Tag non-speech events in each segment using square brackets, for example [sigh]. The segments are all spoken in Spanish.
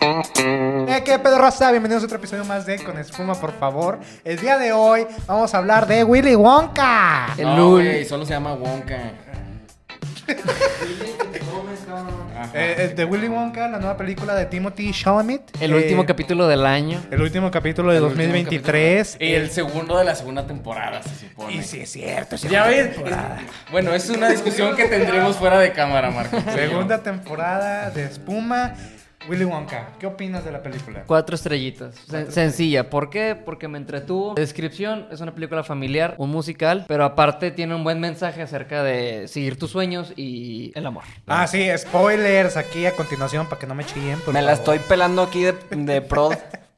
Eh, ¿Qué pedo raza? Bienvenidos a otro episodio más de Con Espuma, por favor. El día de hoy vamos a hablar de Willy Wonka. El no, Lul. güey, solo se llama Wonka. Eh, eh, de Willy Wonka, la nueva película de Timothy Chalamet. El Eh, último capítulo del año. El último capítulo de El último 2023. Y el segundo de la segunda temporada, se supone. Eh, Y sí, es cierto. Ya segunda ves. temporada. es- Bueno, es una discusión que tendremos fuera de cámara, Marco. Segunda temporada de Espuma. Willy Wonka, ¿qué opinas de la película? Cuatro estrellitas. Sen- sencilla. ¿Por qué? Porque me entretuvo. La descripción es una película familiar, un musical, pero aparte tiene un buen mensaje acerca de seguir tus sueños y el amor. Ah, sí, spoilers aquí a continuación para que no me chillen. por Me la favor. estoy pelando aquí de, de prod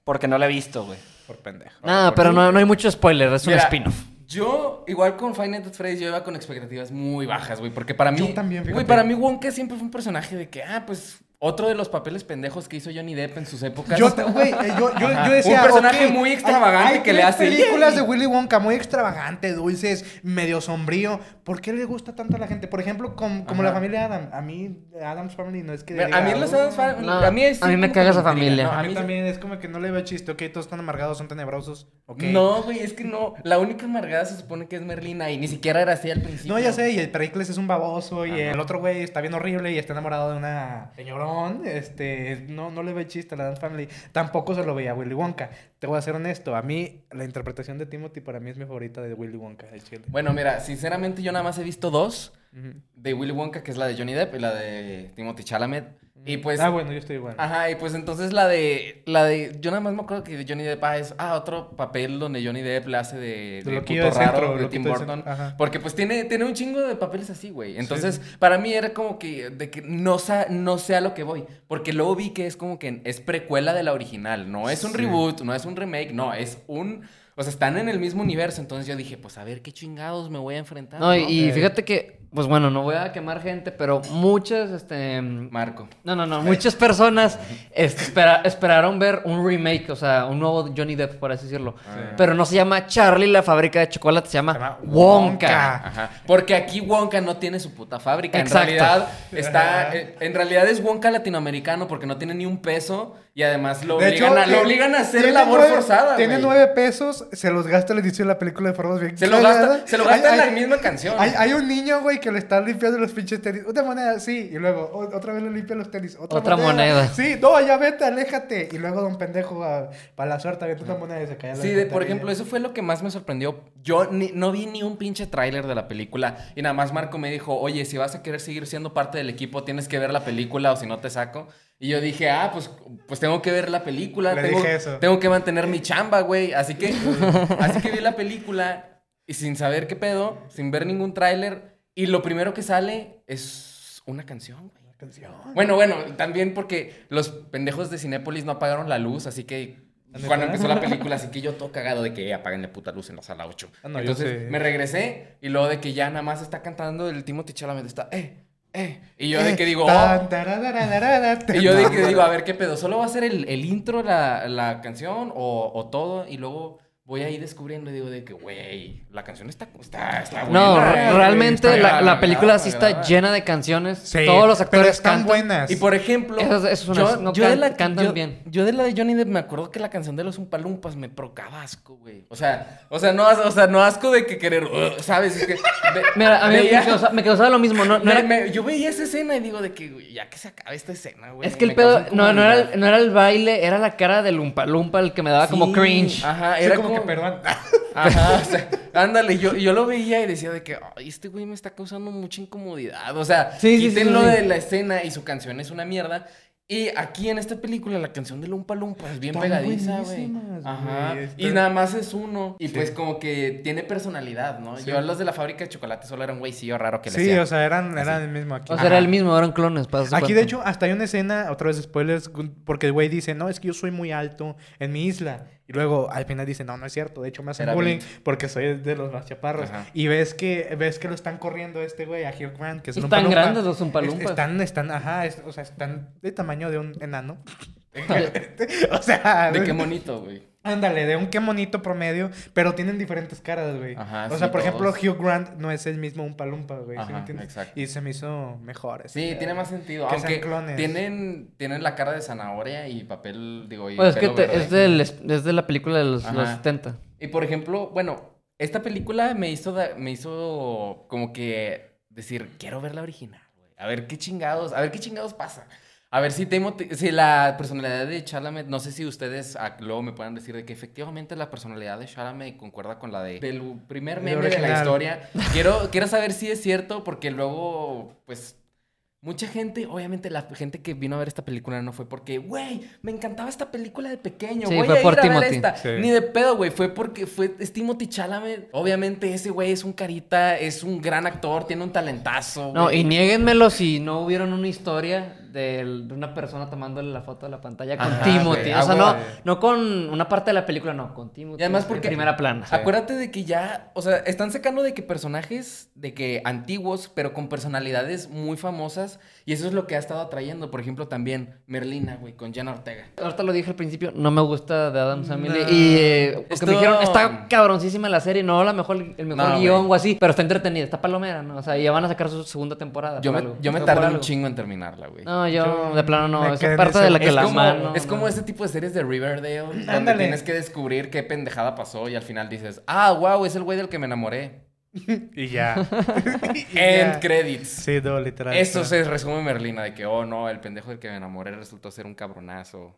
porque no la he visto, güey. Por pendejo. Nada, pero no, no hay mucho spoiler, es un Mira, spin-off. Yo, igual con Five Nights at Freddy's, yo iba con expectativas muy bajas, güey. Porque para mí. Yo también, fíjate. Güey, para mí Wonka siempre fue un personaje de que, ah, pues. Otro de los papeles pendejos que hizo Johnny Depp en sus épocas. Yo, te- güey, eh, yo, yo, Ajá. yo decía. Un personaje ok, muy extravagante hay- hay que le tres hace, películas de "Yay". Willy Wonka muy extravagante, dulces, medio sombrío. ¿Por qué le gusta tanto a la gente? Por ejemplo, com- como Ajá. la familia Adam. A mí, Adam's Family no es que. [laughs] Mira, diga, a mí los "Uh, Adams Family- No, a mí es- a mí me como caga que esa me intriga, familia. ¿no? A A mí mí- también es como que no le veo chiste. Ok, todos están amargados, son tenebrosos. Ok. No, güey, es que no. La única amargada se supone que es Merlina y ni siquiera era así al principio. No, ya sé, y el Pericles es un baboso, y el otro güey está bien horrible y está enamorado de una señorón. Este, no, no le ve chiste a la Adams Family. Tampoco se lo veía a Willy Wonka. Te voy a ser honesto, a mí la interpretación de Timothy para mí es mi favorita de Willy Wonka, el chile. Bueno, mira, sinceramente yo nada más he visto dos Ujú. de Willy Wonka, que es la de Johnny Depp y la de Timothy Chalamet. Y pues ah, bueno, yo estoy igual. Ajá, y pues entonces la de la de yo nada más me acuerdo que de Johnny Depp ah, es ah otro papel donde Johnny Depp le hace de, De de loquillo puto de raro centro, de loquito Tim de Burton, centro, ajá. porque pues tiene tiene un chingo de papeles así, güey. Entonces, para mí era como que de que no sea no sea lo que voy, porque luego vi que es como que es precuela de la original, no es un reboot, no es un remake, no, es un o sea, están en el mismo universo, entonces yo dije, pues a ver qué chingados me voy a enfrentar. No, y, y Ok. fíjate que, pues bueno, no voy a quemar gente, pero muchas, este... Marco. No, no, no. Muchas personas este, espera- esperaron ver un remake, o sea, un nuevo Johnny Depp, por así decirlo. Pero no se llama Charlie la fábrica de chocolate, Ah. se llama, Se llama Wonka. Ajá. Porque aquí Wonka no tiene su puta fábrica. Exacto. En realidad está. Ajá. eh, En realidad es Wonka latinoamericano porque no tiene ni un peso y además lo, De obligan, a, lo eh, obligan a hacer tiene labor nueve- forzada. Tiene güey. nueve pesos, se los gasta al inicio de la película de formas bien Se lo claras. gasta- se lo gasta Hay- en la hay- misma canción. Hay, hay un niño, güey, que le está limpiando los pinches tenis. Una moneda, sí. Y luego o- otra vez le limpia los tenis. Otra, Otra moneda. Sí, no, ya vete, aléjate. Y luego don pendejo a- para la suerte avienta una moneda y se cae a la Sí, de- por alcantarilla. ejemplo, eso fue lo que más me sorprendió. Yo ni- no vi ni un pinche tráiler de la película y nada más Marco me dijo, oye, si vas a querer seguir siendo parte del equipo, tienes que ver la película o si no te saco. Y yo dije, ah, pues, pues tengo que ver la película. Le tengo, dije eso. tengo que mantener mi chamba, güey. Así que, [laughs] así que vi la película y sin saber qué pedo, sin ver ningún tráiler. Y lo primero que sale es una canción, güey. Atención. Bueno, bueno, también porque los pendejos de Cinépolis no apagaron la luz, así que ¿Dónde cuando está? empezó la película, así que yo todo cagado de que "Eh, apaguen la puta luz en la sala 8. Ah, no, yo Entonces sé. me regresé y luego de que ya nada más está cantando el Timothy Chalamet está eh eh y yo de que digo Tan, "Oh", tararararara, y yo de tan. que digo, a ver qué pedo, solo va a ser el, el intro la, la canción o, o todo y luego voy ahí descubriendo y digo de que güey, la canción está está está No, buena, re- güey". realmente Está la, la grabada, película sí está grabada. llena de canciones. Sí, Todos los pero actores están cantan. buenas. Y por ejemplo, Esas- esas son las- no can- cantan yo- bien. yo de la de Johnny Depp me acuerdo que la canción de los Umpalumpas me procaba asco, güey. O sea, o sea, no, as- o sea, no asco de que querer, "Ugh", ¿sabes? Es que ve- [laughs] Mira, a mí me veía- [laughs] causaba, me causaba lo mismo. No, no me- era- me- yo veía esa escena y digo de que güey, ya que se acabe esta escena, güey. es que el me pedo, causa no, no era, el- incomodidad. no era el baile, era la cara del Lumpa Lumpa el que me daba como Sí, Ah, cringe. Ajá, Sí, era como, que perdón. Ah, Ajá, o sea, ándale, yo, yo lo veía y decía de que, ay, este güey me está causando mucha incomodidad. O sea, Sí, sí, sí, quítenlo sí, sí. de la escena y su canción es una mierda. Y aquí en esta película la canción de Lumpa Lumpa es bien Están pegadiza, güey. buenísimas, Ajá. güey, está- Y nada más es uno. Y pues como que tiene personalidad, ¿no? Yo los de la fábrica de chocolate solo eran güeycillo raro que le Sí, decía. o sea, eran, eran el mismo aquí. O sea, era el mismo, eran clones. para darse Aquí, cuenta. de hecho, hasta hay una escena, otra vez spoilers, porque el güey dice, no, es que yo soy muy alto en mi isla. Y luego al final dice, no, no es cierto, de hecho me hacen Era bullying Bit. porque soy de los más chaparros. Ajá. Y ves que ves que lo están corriendo a este güey, a Hugh Grant, que es Y un Oompa están Loompa. grandes los Oompa Es- Loompas. Están, están, ajá, es- [laughs] [laughs] o sea, están de tamaño de un enano. o sea, De qué monito, güey. Ándale, de un qué monito promedio, pero tienen diferentes caras, güey. Ajá, o sí, sea, por ejemplo, todos. Hugh Grant no es el mismo un palumpa, güey. ¿sí Ajá, me entiendes? exacto. Y se me hizo mejor. esa Sí, idea, tiene güey. más sentido. Que Aunque sean clones. tienen, tienen la cara de zanahoria y papel, digo, y Pues es que pelo te- verde. es, del, es de la película de los, Ajá. los 70. Y por ejemplo, bueno, esta película me hizo, da- me hizo como que decir, quiero ver la original, güey. A ver qué chingados, a ver qué chingados pasa. A ver si Timothy- si la personalidad de Chalamet, no sé si ustedes ah, luego me puedan decir de que efectivamente la personalidad de Chalamet concuerda con la de del primer El meme de la original. historia. [laughs] Quiero, quiero saber si es cierto porque luego, pues, Mucha gente, obviamente la gente que vino a ver esta película no fue porque, güey, me encantaba esta película de pequeño, Sí, voy fue a por ir a ver Timothy. esta. Sí. Ni de pedo, güey, fue porque fue es Timothy Chalamet. Obviamente ese güey es un carita, es un gran actor, tiene un talentazo. No, güey. y niéguenmelo si no hubieron una historia del- de una persona tomándole la foto de la pantalla con Ajá, Timothy. güey, o sea, ah, no, güey. no con una parte de la película, no, con Timothy. Y además en porque- primera plana. Acuérdate de que ya, o sea, están sacando de que personajes de que antiguos, pero con personalidades muy famosas y eso es lo que ha estado atrayendo, por ejemplo, también Merlina, güey, con Jenna Ortega. Ahorita lo dije al principio, no me gusta de Adam Family. No. Y eh, porque Esto- me dijeron, está cabroncísima la serie, no la mejor, el mejor No, guión güey. o así, pero está entretenida, está palomera, ¿no? O sea, ya van a sacar su segunda temporada. Yo por me, algo. yo me Por tardé un algo. chingo en terminarla, güey. No, yo, Yo de plano no, me esa quedé es en parte ese- de la que es la como, mano. es como no. ese tipo de series de Riverdale donde Ándale. tienes que descubrir qué pendejada pasó y al final dices, ah, wow, es el güey del que me enamoré. Y ya. [laughs] [laughs] Y End ya. credits. Sí, no, literal. Eso sí. se resume Merlina de que, oh no, el pendejo del que me enamoré resultó ser un cabronazo.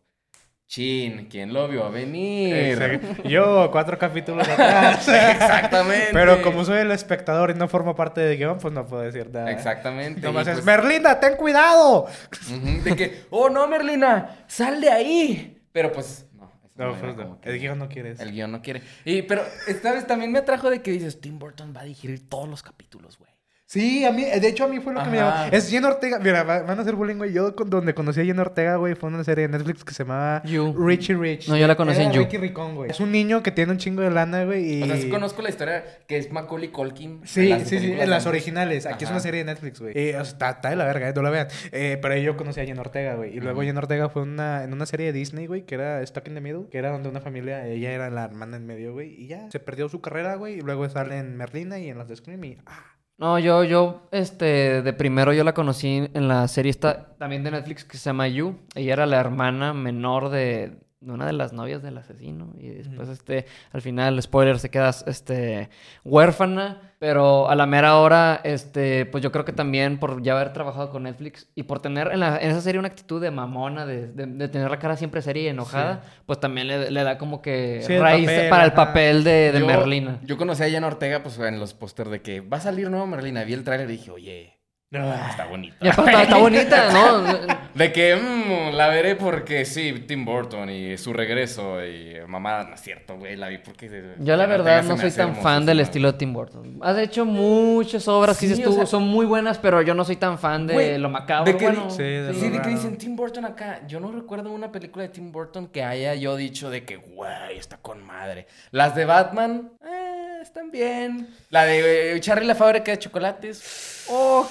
Chin, ¿quién lo vio venir? Yo, cuatro capítulos [laughs] atrás. Exactamente. Pero como soy el espectador y no formo parte del guión, pues no puedo decir nada. Exactamente. Nomás y es, pues- Merlinda, ten cuidado. Ujú, De que, oh no, Merlina, sal de ahí. Pero pues, no. eso No, era pues no. como que- El guión no quiere eso. El guión no quiere. Y, pero, ¿sabes? También me atrajo de que dices, Tim Burton va a dirigir todos los capítulos, güey. Sí, a mí, de hecho a mí fue lo que me Ajá. llamó. Es Jen Ortega, mira, va- van a hacer bullying, güey. Yo con, donde conocí a Jen Ortega, güey, fue en una serie de Netflix que se llamaba You. Richie Rich. No, yo la conocí Era en You. Ricky Ricón, güey. Es un niño que tiene un chingo de lana, güey. Y... O sea, sí conozco la historia que es Macaulay Culkin. Sí, las sí, sí, películas en las antes. originales. Aquí es Ajá. una serie de Netflix, güey. Eh, o sea, está, está de la verga, eh, no la vean. Eh, pero yo conocí a Jen Ortega, güey. Y luego Ujú. Jen Ortega fue una, en una serie de Disney, güey, que era Stuck in the Middle, que era donde una familia, ella era la hermana en medio, güey. Y ya, se perdió su carrera, güey. Y luego sale en Merlina y en las de Scream y... ah, No, yo, yo, este, de primero yo la conocí en la serie esta, también de Netflix que se llama You. Ella era la hermana menor de, de una de las novias del asesino. Y después, este, al final, spoiler, se queda, este, huérfana. Pero a la mera hora, este, pues yo creo que también por ya haber trabajado con Netflix y por tener en, la- en esa serie una actitud de mamona, de, de- de tener la cara siempre seria y enojada, pues también le, le da como que Sí, el raíz papel, para el ajá. papel de, de Yo- Merlina. Yo conocí a Jan Ortega, pues, en los póster de que va a salir nuevo Merlina. Vi el tráiler y dije, oye, está bonita. Y [laughs] aparte está- está bonita, ¿no? De que mm, la veré porque sí, Tim Burton y su regreso y eh, mamada, no es cierto, güey, la vi porque... eh, Yo la Jan verdad Ortega se no me soy hace tan fan del hermosísima. estilo de Tim Burton. Has hecho muchas obras que Sí, dices o tú, sea- son muy buenas, pero yo no soy tan fan de Güey, lo macabro. ¿de qué bueno, di- Sí, de Ah, Sí, lo de que raro. dicen Tim Burton acá. Yo no recuerdo una película de Tim Burton que haya yo dicho de que, güey, está con madre. Las de Batman, eh, están bien. La de eh, Charlie la fábrica de chocolates, ok.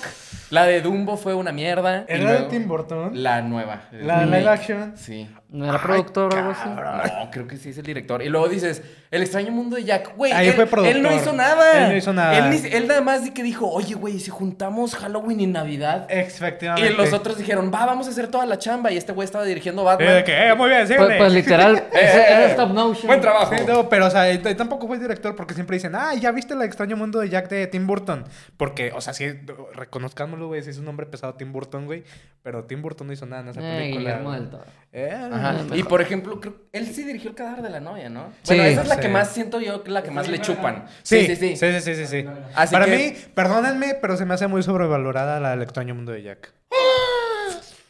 La de Dumbo fue una mierda. Y ¿Era de luego- Tim Burton? La nueva. el La remake. live action. Sí. ¿No era productor o algo así? No, creo que sí es el director. Y luego dices, El extraño mundo de Jack. Güey, Ahí él, fue productor. él no hizo nada. Él no hizo nada. Él, ni- él nada más di que dijo, oye, güey, si juntamos Halloween y Navidad. Efectivamente. Y los otros dijeron, va, vamos a hacer toda la chamba. Y este güey estaba dirigiendo Sí, Batman. de que, eh, muy bien, síguele. Pues, pues, [laughs] literal, ese era Stop Notion. Eh, Buen trabajo. [laughs] Sí, no, pero, o sea, él t- tampoco fue director porque siempre dicen, ah, ya viste el extraño mundo de Jack de Tim Burton. Porque, o sea, sí, reconozcámoslo, güey, sí es un nombre pesado Tim Burton, güey. Pero Tim Burton no hizo nada en esa Eh, película. Guillermo güey. del [laughs] Toro. Eh, Ajá. Ah, Y mejor. por ejemplo, creo- él sí dirigió el cadáver de la novia, ¿no? Sí. Bueno, esa es la Sí. que más siento yo, la que más le chupan. Sí, sí, sí. Sí, sí, sí, sí. Así Para que- mí, perdónenme, pero se me hace muy sobrevalorada la del extraño mundo de Jack.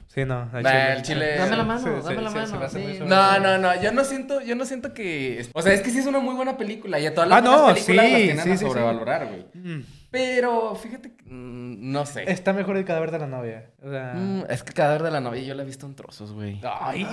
Sí, no. al Nah, el chile- Dame la Sí, mano, sí, dame sí, la sí, mano, se me hace sí. muy sobrevalorada. No, no, no, yo no siento, yo no siento que... O sea, es que sí es una muy buena película y a todas las Ah, buenas no, películas sí, las tienen sí, a sí, sí. sobrevalorar, güey. Mm. Pero fíjate, que, mm, no sé. Está mejor el cadáver de la novia. O sea. Mm, es que el cadáver de la novia yo la he visto en trozos, güey. Ay,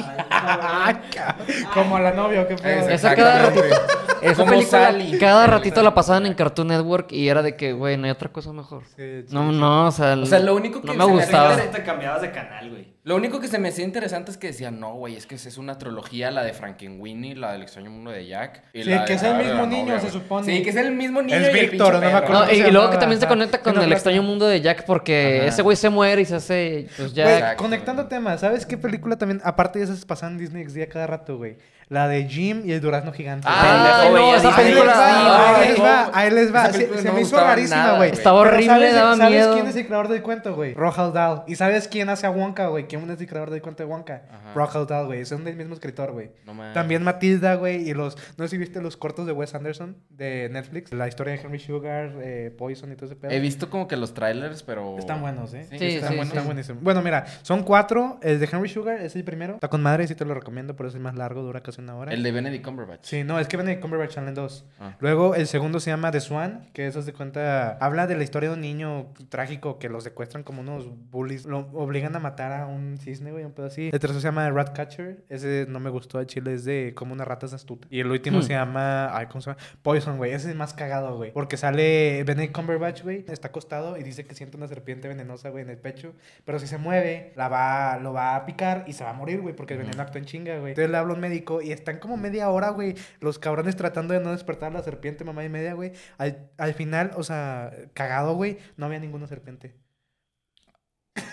ca- como a la novia, qué feo. Esa cada Exactamente. ratito. Esa Como película, Sally. cada ratito la pasaban en Cartoon Network y era de que, güey, no hay otra cosa mejor. Sí, sí. No, no, o sea, O sea, lo único que no se me me gustaba. hace- Te cambiabas de canal, güey. Lo único que se me hacía interesante es que decía, no, güey, es que esa es una trilogía, la de Frankenweenie, la del extraño mundo de Jack. y Sí, la que de es el la novia de mismo la niño, novia, se güey. supone. Sí, que es el mismo niño. Es y el pinche Víctor, no me perro. acuerdo. No, y, se y luego llamaba, que también se ajá. conecta con Una el plaza. extraño mundo de Jack porque Ajá. ese güey se muere y se hace, pues, Jack. Güey, Exacto, conectando güey. temas, ¿sabes qué película también? Aparte de esas pasan en Disney XD a cada rato, güey. La de Jim y el durazno gigante. Ah, Pendejo, no, güey, esa ya Ahí les película. dijiste. va, sí, ahí les güey. va, ahí les va. Esa Se, película se no me hizo gustaba nada, rarísima, güey. güey. Estaba Pero horrible, ¿sabes, daba ¿sabes miedo. quién es el creador del cuento, güey? Roald Dahl. ¿Y sabes quién hace a Wonka, güey? ¿Quién es el creador del cuento de Wonka? Ajá. Roald Dahl, güey. Son del mismo escritor, güey. No mames. También Matilda, güey, y los... No sé si viste los cortos de Wes Anderson de Netflix. La historia de Henry Sugar, eh, Poison y todo ese pedo. He visto como que los trailers, pero. Están buenos, ¿eh? Sí, Sí, están, sí, buenos, sí. están buenísimos. Bueno, mira, son cuatro. El de Henry Sugar es el primero. Está con madre, sí te lo recomiendo, pero es el más largo, dura casi una hora. El de Benedict Cumberbatch. Sí, no, es que Benedict Cumberbatch sale en dos. Ah. Luego el segundo se llama The Swan, que eso se cuenta, habla de la historia de un niño trágico que lo secuestran como unos bullies, lo obligan a matar a un cisne, güey, un pedo así. El tercero se llama Ratcatcher, ese no me gustó de Chile, es de como una rata es astuta. Y el último Hmm. se llama, ay, ¿cómo se llama? Poison, güey, ese es el más cagado, güey, porque sale Benedict Cumberbatch, güey, está acostado y dice que siente una serpiente venenosa, güey, en el pecho. Pero si se mueve, la va, lo va a picar y se va a morir, güey, porque el veneno actúa en chinga, güey. Entonces le habla un médico y están como media hora, güey, los cabrones tratando de no despertar a la serpiente, mamá y media, güey. Al, al final, o sea, cagado, güey, no había ninguna serpiente.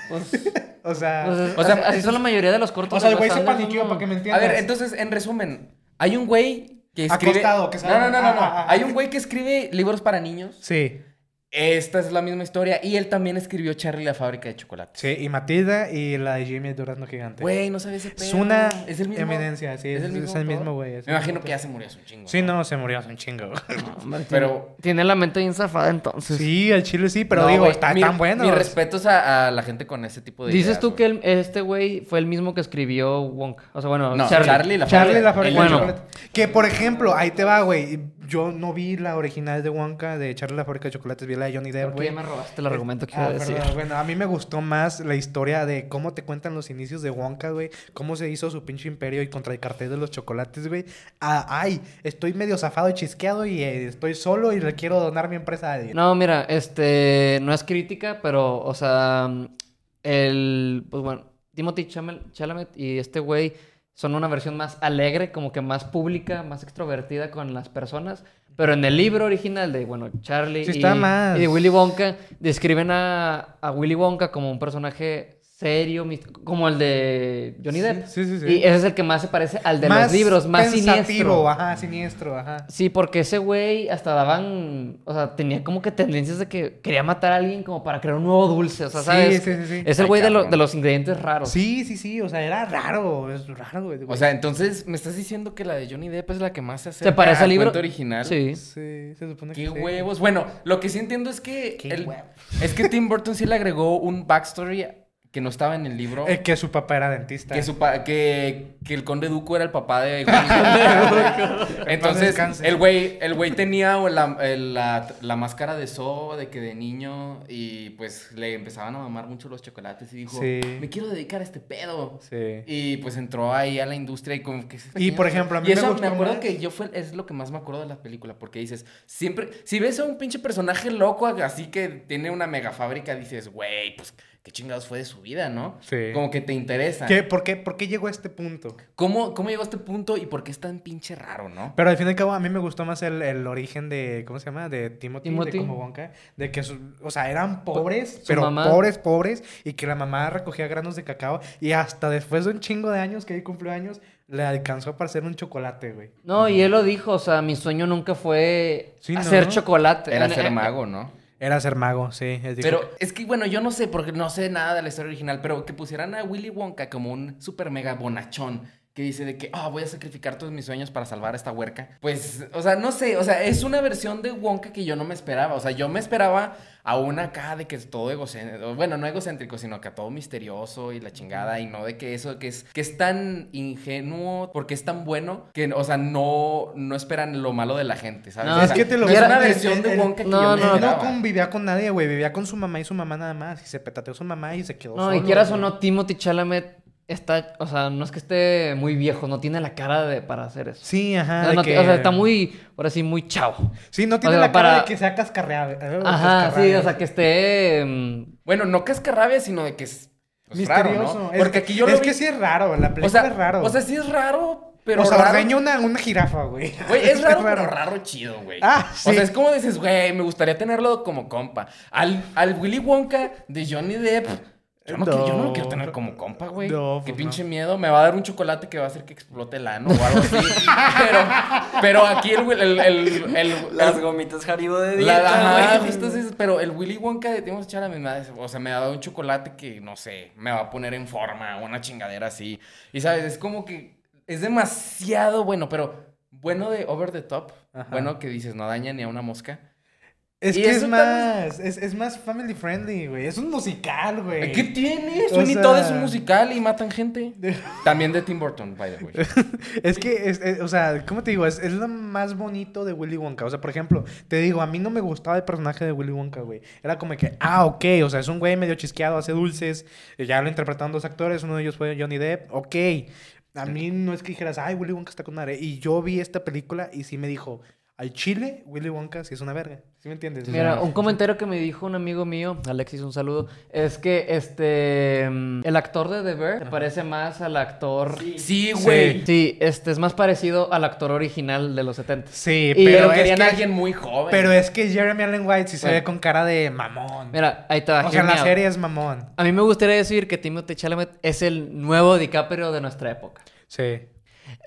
Pues, O sea, pues, es- O sea, así- así son la mayoría de los cortos. o sea, de el güey Wes se Anderson, paniqueó ¿no? para que me A entiendas. ver, entonces, en resumen, hay un güey que escribe. Acostado, que sabe- No, no, no, no, no. Ah, ah, ah. Hay un güey que escribe libros para niños. Sí, Esta es la misma historia. Y él también escribió Charlie la fábrica de chocolate. sí, y Matilda y la de Jimmy el Durazno Gigante. Güey, no sabía ese pedo. es una Es el mismo. eminencia, sí, es, es el autor? mismo, güey. es Me el imagino mismo que ya autor. se murió hace un chingo. Sí, no, se murió hace un chingo. No, hombre, Pero- tiene, tiene la mente bien zafada entonces. Sí, el chile sí, pero No, digo, güey, está mi- tan bueno. Mis respetos a, a la gente con ese tipo de Dices ideas, tú güey. que el- este güey fue el mismo que escribió Wonka. O sea, bueno, No, Charlie. Charlie la Charlie la fábrica. fábrica el de libro. Bueno. chocolate. Que por ejemplo, ahí te va, güey. Yo no vi la original de Wonka de Charlie la fábrica de chocolates, vi la de Johnny Depp, ¿Por qué güey. ya me robaste el argumento que iba Ah, a decir? perdón. Bueno, a mí me gustó más la historia de cómo te cuentan los inicios de Wonka, güey. Cómo se hizo su pinche imperio y contra el cartel de los chocolates, güey. Ah, ay, estoy medio zafado y chisqueado y eh, estoy solo y le quiero donar mi empresa a alguien. No, mira, este, no es crítica, pero, o sea, el, pues bueno, Timothy Chamel- Chalamet y este güey son una versión más alegre, como que más pública, más extrovertida con las personas. Pero en el libro original de, bueno, Charlie Sí, y, está más. y de Willy Wonka, describen a, a Willy Wonka como un personaje serio, mis- como el de Johnny Depp. sí, sí, sí. Y ese es el que más se parece al de los libros, más pensativo, siniestro. ajá, siniestro, ajá. Sí, porque ese güey hasta daban, o sea, tenía como que tendencias de que quería matar a alguien como para crear un nuevo dulce, o sea, Sí, ¿sabes? sí, sí, sí. Es el Ay, güey de, lo- cabrón. de los ingredientes raros. Sí, sí, sí, o sea, era raro, es raro, güey. O sea, entonces, ¿me estás diciendo que la de Johnny Depp es la que más se hace ¿Se parece al libro? original? Sí. Sí, se supone Qué que sí. huevos. Bueno, lo que sí entiendo es que. Qué el- huevos. Es que Tim Burton sí le agregó un backstory que no estaba en el libro. Eh, que su papá era dentista. Que, su pa- que, que el conde Duco era el papá de Juan. Entonces, descanse. el güey, el güey tenía o la, el- la- la máscara de zoo, de que de niño, y pues le empezaban a mamar mucho los chocolates y dijo, Sí. me quiero dedicar a este pedo. Sí. Y pues entró ahí a la industria y como que... Y, por ejemplo, a mí Y me eso me, gustó acuerdo más- que yo fue... Es lo que más me acuerdo de la película, porque dices, siempre... Si ves a un pinche personaje loco así que tiene una mega fábrica, dices, güey, pues qué chingados fue de su vida, ¿no? Sí. Como que te interesa. ¿Qué- por, qué, ¿Por qué llegó a este punto? ¿Cómo, ¿Cómo llegó a este punto y por qué es tan pinche raro, no? Pero al fin y al cabo, a mí me gustó más el, el origen de, ¿cómo se llama? De Timothy, Timothy. de como Wonka. De que, su- o sea, eran pobres, pero mamá. pobres, pobres. Y que la mamá recogía granos de cacao. Y hasta después de un chingo de años que él cumplió años, le alcanzó para hacer un chocolate, güey. No, y él lo dijo, o sea, mi sueño nunca fue Sí, hacer ¿no? chocolate. Era En- e-, ser en- mago, ¿no? Era ser mago, sí. él dijo Pero es que, bueno, yo no sé, porque no sé nada de la historia original, pero que pusieran a Willy Wonka como un super mega bonachón que dice de que, ah, voy a sacrificar todos mis sueños para salvar a esta huerca. Pues, o sea, no sé, o sea, es una versión de Wonka que yo no me esperaba. O sea, yo me esperaba a una acá de que es todo egocéntrico, bueno, no egocéntrico, sino que todo misterioso y la chingada y no de que eso, que es, que es tan ingenuo porque es tan bueno que, o sea, no, no esperan lo malo de la gente, ¿sabes? No, O es sea, que te lo Es una el- versión el- de el- Wonka que no, yo No, me no, no, esperaba. convivía con nadie, güey. Vivía con su mamá y su mamá nada más. Y se petateó su mamá y se quedó No, solo. y quieras o güey. no, Timothy Chalamet está, o sea, no es que esté muy viejo, no tiene la cara de, para hacer eso. Sí, ajá. o, sea, de no ti- que- o sea, está muy, ahora sí, muy chavo. Sí, no tiene o sea, la cara para- de que sea eh, cascarreable. Ajá, sí, o sea, que esté... mm, Bueno, no cascarrabia, sino de que es pues, Misterioso. raro, ¿no? Es Porque que- aquí yo lo Es vi- que sí es raro, la película o sea, es raro. O sea, sí es raro, pero o sea, raro. ordeña una, una jirafa, güey. [laughs] [laughs] Güey, es raro, pero raro chido, güey. Ah, sí. O sea, es como dices, güey, me gustaría tenerlo como compa. Al, al Willy Wonka de Johnny Depp, yo no, quiero- yo no lo quiero tener como compa, güey. No, Qué pues pinche no. miedo. Me va a dar un chocolate que va a hacer que explote el ano o algo así. pero, pero aquí el, el, el, el, el- Las gomitas jaribo de la, ajá, dieta, güey. justo es- pero el Willy Wonka de Timothy Chalamet, me ha- o sea, me ha dado un chocolate que, no sé, me va a poner en forma, una chingadera así. Y, ¿sabes? Es como que es demasiado bueno, pero bueno de over the top. Ajá. Bueno que dices, no daña ni a una mosca. Es Y que es eso tal más, es, es más family friendly, güey. Es un musical, güey. ¿Qué tiene? O Un y todo es sea- un musical y matan gente. También de Tim Burton, by the way. [laughs] Es que, es, es- o sea, ¿cómo te digo? Es, es lo más bonito de Willy Wonka. O sea, por ejemplo, te digo, a mí no me gustaba el personaje de Willy Wonka, güey. Era como que, ah, ok, o sea, es un güey medio chisqueado, hace dulces. eh, Ya lo interpretaron dos actores, uno de ellos fue Johnny Depp, ok. A mí no es que dijeras, ay, Willy Wonka está con madre. Y yo vi esta película y sí me dijo, al chile, Willy Wonka sí es una verga. ¿Sí me entiendes? Mira, un comentario que me dijo un amigo mío, Alexis, un saludo, es que este mm, el actor de The Bear se parece más al actor. Sí. Sí, güey. este es más parecido al actor original de los 70. Sí, Y pero, Pero, es querían que, a alguien muy joven. pero es que Jeremy Allen White sí se Bueno. ve con cara de mamón. Mira, ahí está. o sea, en la Hear me out. serie es mamón. A mí me gustaría decir que Timothy Chalamet es el nuevo DiCaprio de nuestra época. Sí.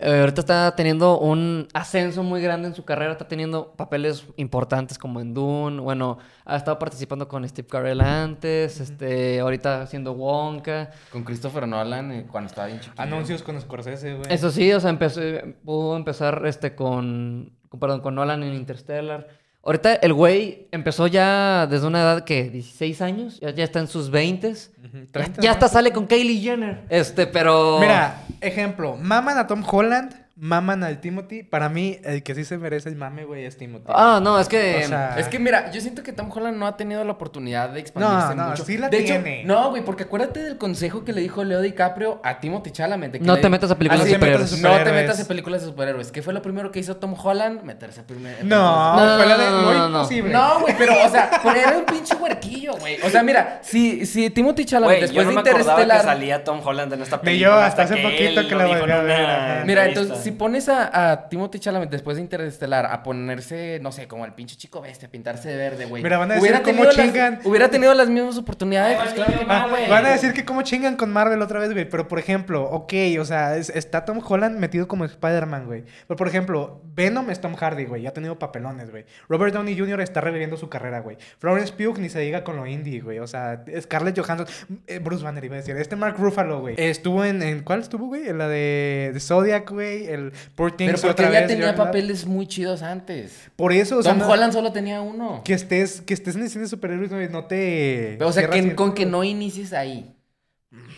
Eh, ahorita está teniendo un ascenso muy grande en su carrera, está teniendo papeles importantes como en Dune, bueno, ha estado participando con Steve Carell antes, este, ahorita haciendo Wonka. Con Christopher Nolan eh, cuando estaba bien chiquito. Anuncios con Scorsese, güey. Eso sí, o sea, empezó, eh, pudo empezar este con, con- perdón, con Nolan en Interstellar. Ahorita el güey empezó ya desde una edad que 16 años, ya, ya está en sus 20 Ujú, ya, 30, ya ¿no? hasta sale con Kylie Jenner. Este, pero Mira, ejemplo, maman a Tom Holland, maman al Timothy. Para mí, el que sí se merece el mame, güey, es Timothy. Ah, no, es que O sea, Es que mira, yo siento que Tom Holland no ha tenido la oportunidad de expandirse No, no, mucho. sí la de tiene. Hecho, no, güey, porque acuérdate del consejo que le dijo Leo DiCaprio a Timothy Chalamet. de que No le te di- metas a películas Ah, de sí, te metas a superhéroes. superhéroes. No te metas superhéroes. en películas de superhéroes. ¿Qué fue lo primero que hizo Tom Holland? Meterse a primer- No, No, fue la no, de no, muy no, no. imposible. No, güey, pero, o sea, [laughs] pero era un pinche huerquillo, güey. O sea, mira, si, si Timothy Chalamet Güey, después yo no de me acordaba que Interestelar- salía Tom Holland en esta Ni película. yo, hasta hace poquito él que lo la dijo en volví a una ver, ajá. entrevista. Mira, entonces, si pones a, a Timothy Chalamet después de Interestelar a ponerse, no sé, como el pinche chico bestia, a pintarse de verde, güey. Mira, van a decir cómo tenido las- chingan. hubiera tenido las mismas oportunidades, pues claro que no, Ah, güey. van a decir que cómo chingan con Marvel otra vez, güey. Pero por ejemplo, ok, o sea, es- está Tom Holland metido como Spider-Man, güey. Pero por ejemplo, Venom es Tom Hardy, güey. Ya ha tenido papelones, güey. Robert Downey Jr. está reviviendo su carrera, güey. Florence Pugh ni se diga con lo indie, güey. O sea, Scarlett Johansson, eh, Bruce Banner iba a decir. Este Mark Ruffalo, güey. Estuvo en, en- ¿cuál estuvo, güey? En la de, de Zodiac, güey. El Poor Things Pero porque otra ya vez, tenía Jordan Love. papeles muy chidos antes. Por eso, o sea, Tom no- Holland solo tenía uno. que estés, que estés en el cine de superhéroes, güey, no te. o sea, cierras que, el- con que no inicies ahí.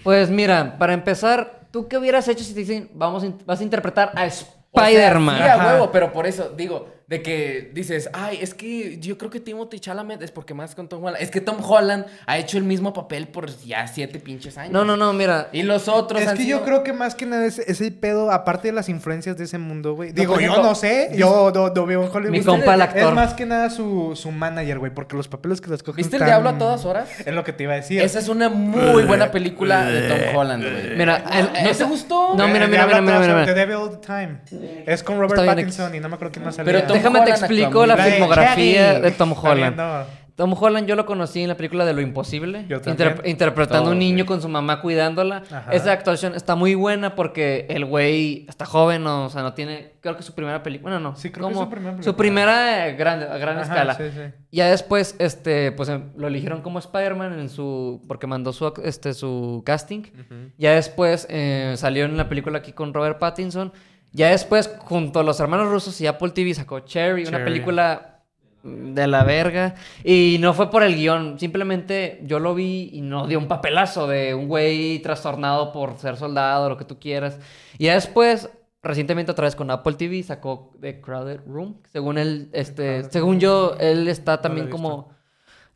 Pues mira, para empezar, ¿tú qué hubieras hecho si te dicen, vamos, a in- vas a interpretar a Ah, Spider-Man? O sea, sí, a Ajá. huevo, pero por eso, digo, de que dices, ay, es que yo creo que Timothy Chalamet es porque más con Tom Holland. Es que Tom Holland ha hecho el mismo papel por ya siete pinches años. no, no, no, mira. Y los otros Es han que sido- yo creo que más que nada es, es el pedo, aparte de las influencias de ese mundo, güey. Digo, por yo ejemplo, no sé, yo no, no vivo en Hollywood. Mi compa el actor. Es más que nada su, su manager, güey, porque los papeles que les cogen ¿Viste el tan- Diablo a todas horas? Es lo que te iba a decir. Esa es una muy buena Eh, película de Tom Holland, güey. Mira, Eh, el- ¿no te esa- gustó? No, El- mira, el mira, Diablo mira, a mira, todas mira. horas, The Devil Time. Es con Robert Está bien, Pattinson y no me acuerdo quién más salía. Pero Tom Déjame te Holland actuó explico muy la La de filmografía Shaggy. de Tom Está bien, Holland. no. Tom Holland yo lo conocí en la película de Lo Imposible, Yo inter- también. interpretando a un Todo, niño güey. con su mamá cuidándola. Ajá. Esa actuación está muy buena porque el güey está joven, no, o sea, no tiene, creo que su primera película, bueno, no, Sí, creo que es su primera película. su primera eh, grande- a gran Ajá, escala. sí, sí. Ya después, este, pues em, lo eligieron como Spider-Man en su. porque mandó su, ac- este, su casting. Ya después eh, salió en la película aquí con Robert Pattinson. Ya después, junto a los hermanos rusos y Apple TV, sacó Cherry, una Cherry. película de la verga. Y no fue por el guión, simplemente yo lo vi y no dio un papelazo de un güey trastornado por ser soldado, lo que tú quieras. Y ya después, recientemente otra vez con Apple TV, sacó The Crowded Room. Según él, este, Crowded según yo, él está he también visto. como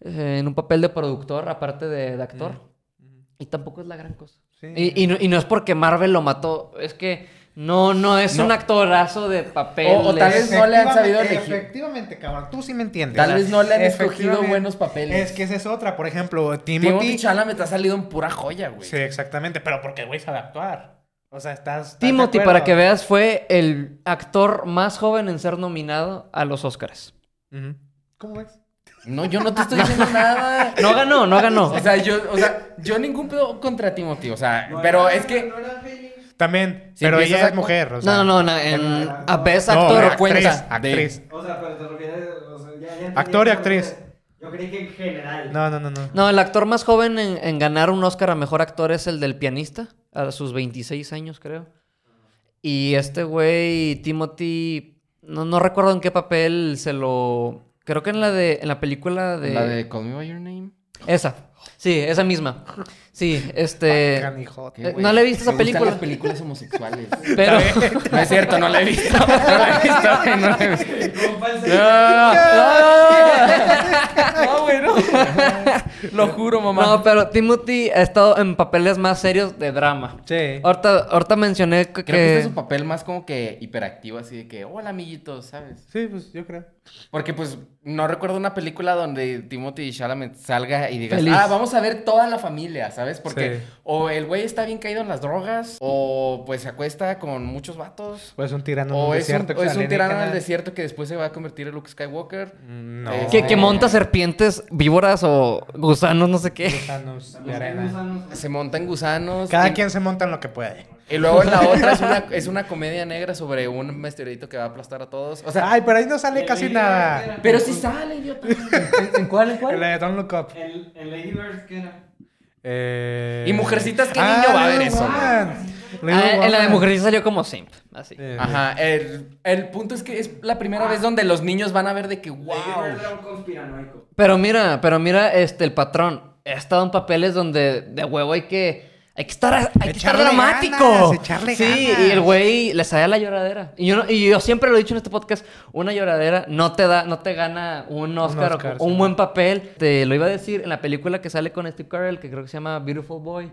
eh, en un papel de productor, aparte de, de actor. Y tampoco es la gran cosa. Sí. Y, y no, y no es porque Marvel lo mató, es que no, no es un actorazo de papel. O- o tal vez- no le han sabido Efectivamente, elegir. Efectivamente, cabrón. Tú sí me entiendes. Tal vez no le han escogido Efectivamente. buenos papeles. Es que esa es otra. Por ejemplo, Timothy Timothy. Chalamet ha salido en pura joya, güey. sí, exactamente. Pero porque el güey sabe actuar. O sea, estás. estás de Timothy, acuerdo. para que veas, fue el actor más joven en ser nominado a los Oscars. Ujú. ¿Cómo ves? No, yo [laughs] no te estoy diciendo nada. No ganó, no ganó. [laughs] O sea, yo, o sea, yo ningún pedo contra Timothy, o sea, pero es que También. Si pero empiezas ella a- es mujer. O sea, No, no, no, en, a Best No, Actor actriz, cuenta. Actriz. O sea, pero te refieres. O sea, ya, ya entendí Actor y cómo- actriz. Yo creí que en general. No, no, no, no. No, el actor más joven en, en ganar un Oscar a mejor actor es el del pianista, a sus 26 años, creo. Y este güey, Timothy, no, no recuerdo en qué papel se lo. Creo que en la de. En la película de. la de Call Me by Your Name. Esa. Sí, esa misma. Sí, Ah, este. Canijote. Eh, no le he visto esa Me gustan película. las [laughs] películas homosexuales. Pero. [laughs] No es cierto, no la he visto. No la he visto, [laughs] güey, no la he visto. Compa, en serio. No, Ah, No, güey, no. [laughs] Lo juro, mamá. No, pero Timothy ha estado en papeles más serios de drama. Sí. Ahorita, ahorita mencioné que. Creo que este es un papel más como que hiperactivo, así de que, hola amiguitos, ¿sabes? Sí, pues yo creo. Porque pues no recuerdo una película donde Timothy Chalamet salga y digas, Feliz. ah, vamos a ver toda la familia, ¿sabes? Porque Sí. o el güey está bien caído en las drogas, o pues se acuesta con muchos vatos, O es Pues un tirano en o un es, desierto. un, que o es es un tirano en el alienígena. desierto que después se va a convertir en Luke Skywalker. Mm, No. Eh, que, [laughs] que monta serpientes, víboras o gusanos, no sé [laughs] qué. Gusanos de Los arena. gusanos. Se montan gusanos. Cada y, quien se monta en lo que puede. y luego en [laughs] la otra es una, es una comedia negra sobre un meteorito que va a aplastar a todos. O sea, Ay, pero ahí no sale casi nada. pero si [laughs] sale, idiota. ¿En cuál? ¿En La de Don't Look Up. En en Lady Bird, ¿qué era? Eh... Ah, Y Mujercitas, ¿qué niño va a ver Little eso? Woman. Little Ah, en la de ah. Woman. mujer salió como simp, así. Eh, Ajá, el, el punto es que es la primera vez donde los niños van a ver de que, wow. Lady Bird era un conspiranoico. Pero mira, pero mira, este, el patrón. He estado en papeles donde de huevo hay que... Hay que estar, hay que estar Echarle dramático. ganas, echarle sí, ganas. y el güey le sale a la lloradera. Y yo, no- y yo siempre lo he dicho en este podcast, una lloradera no te da, no te gana un Oscar, o- Oscar, o un sí. buen papel. Te lo iba a decir en la película que sale con Steve Carell, que creo que se llama Beautiful Boy.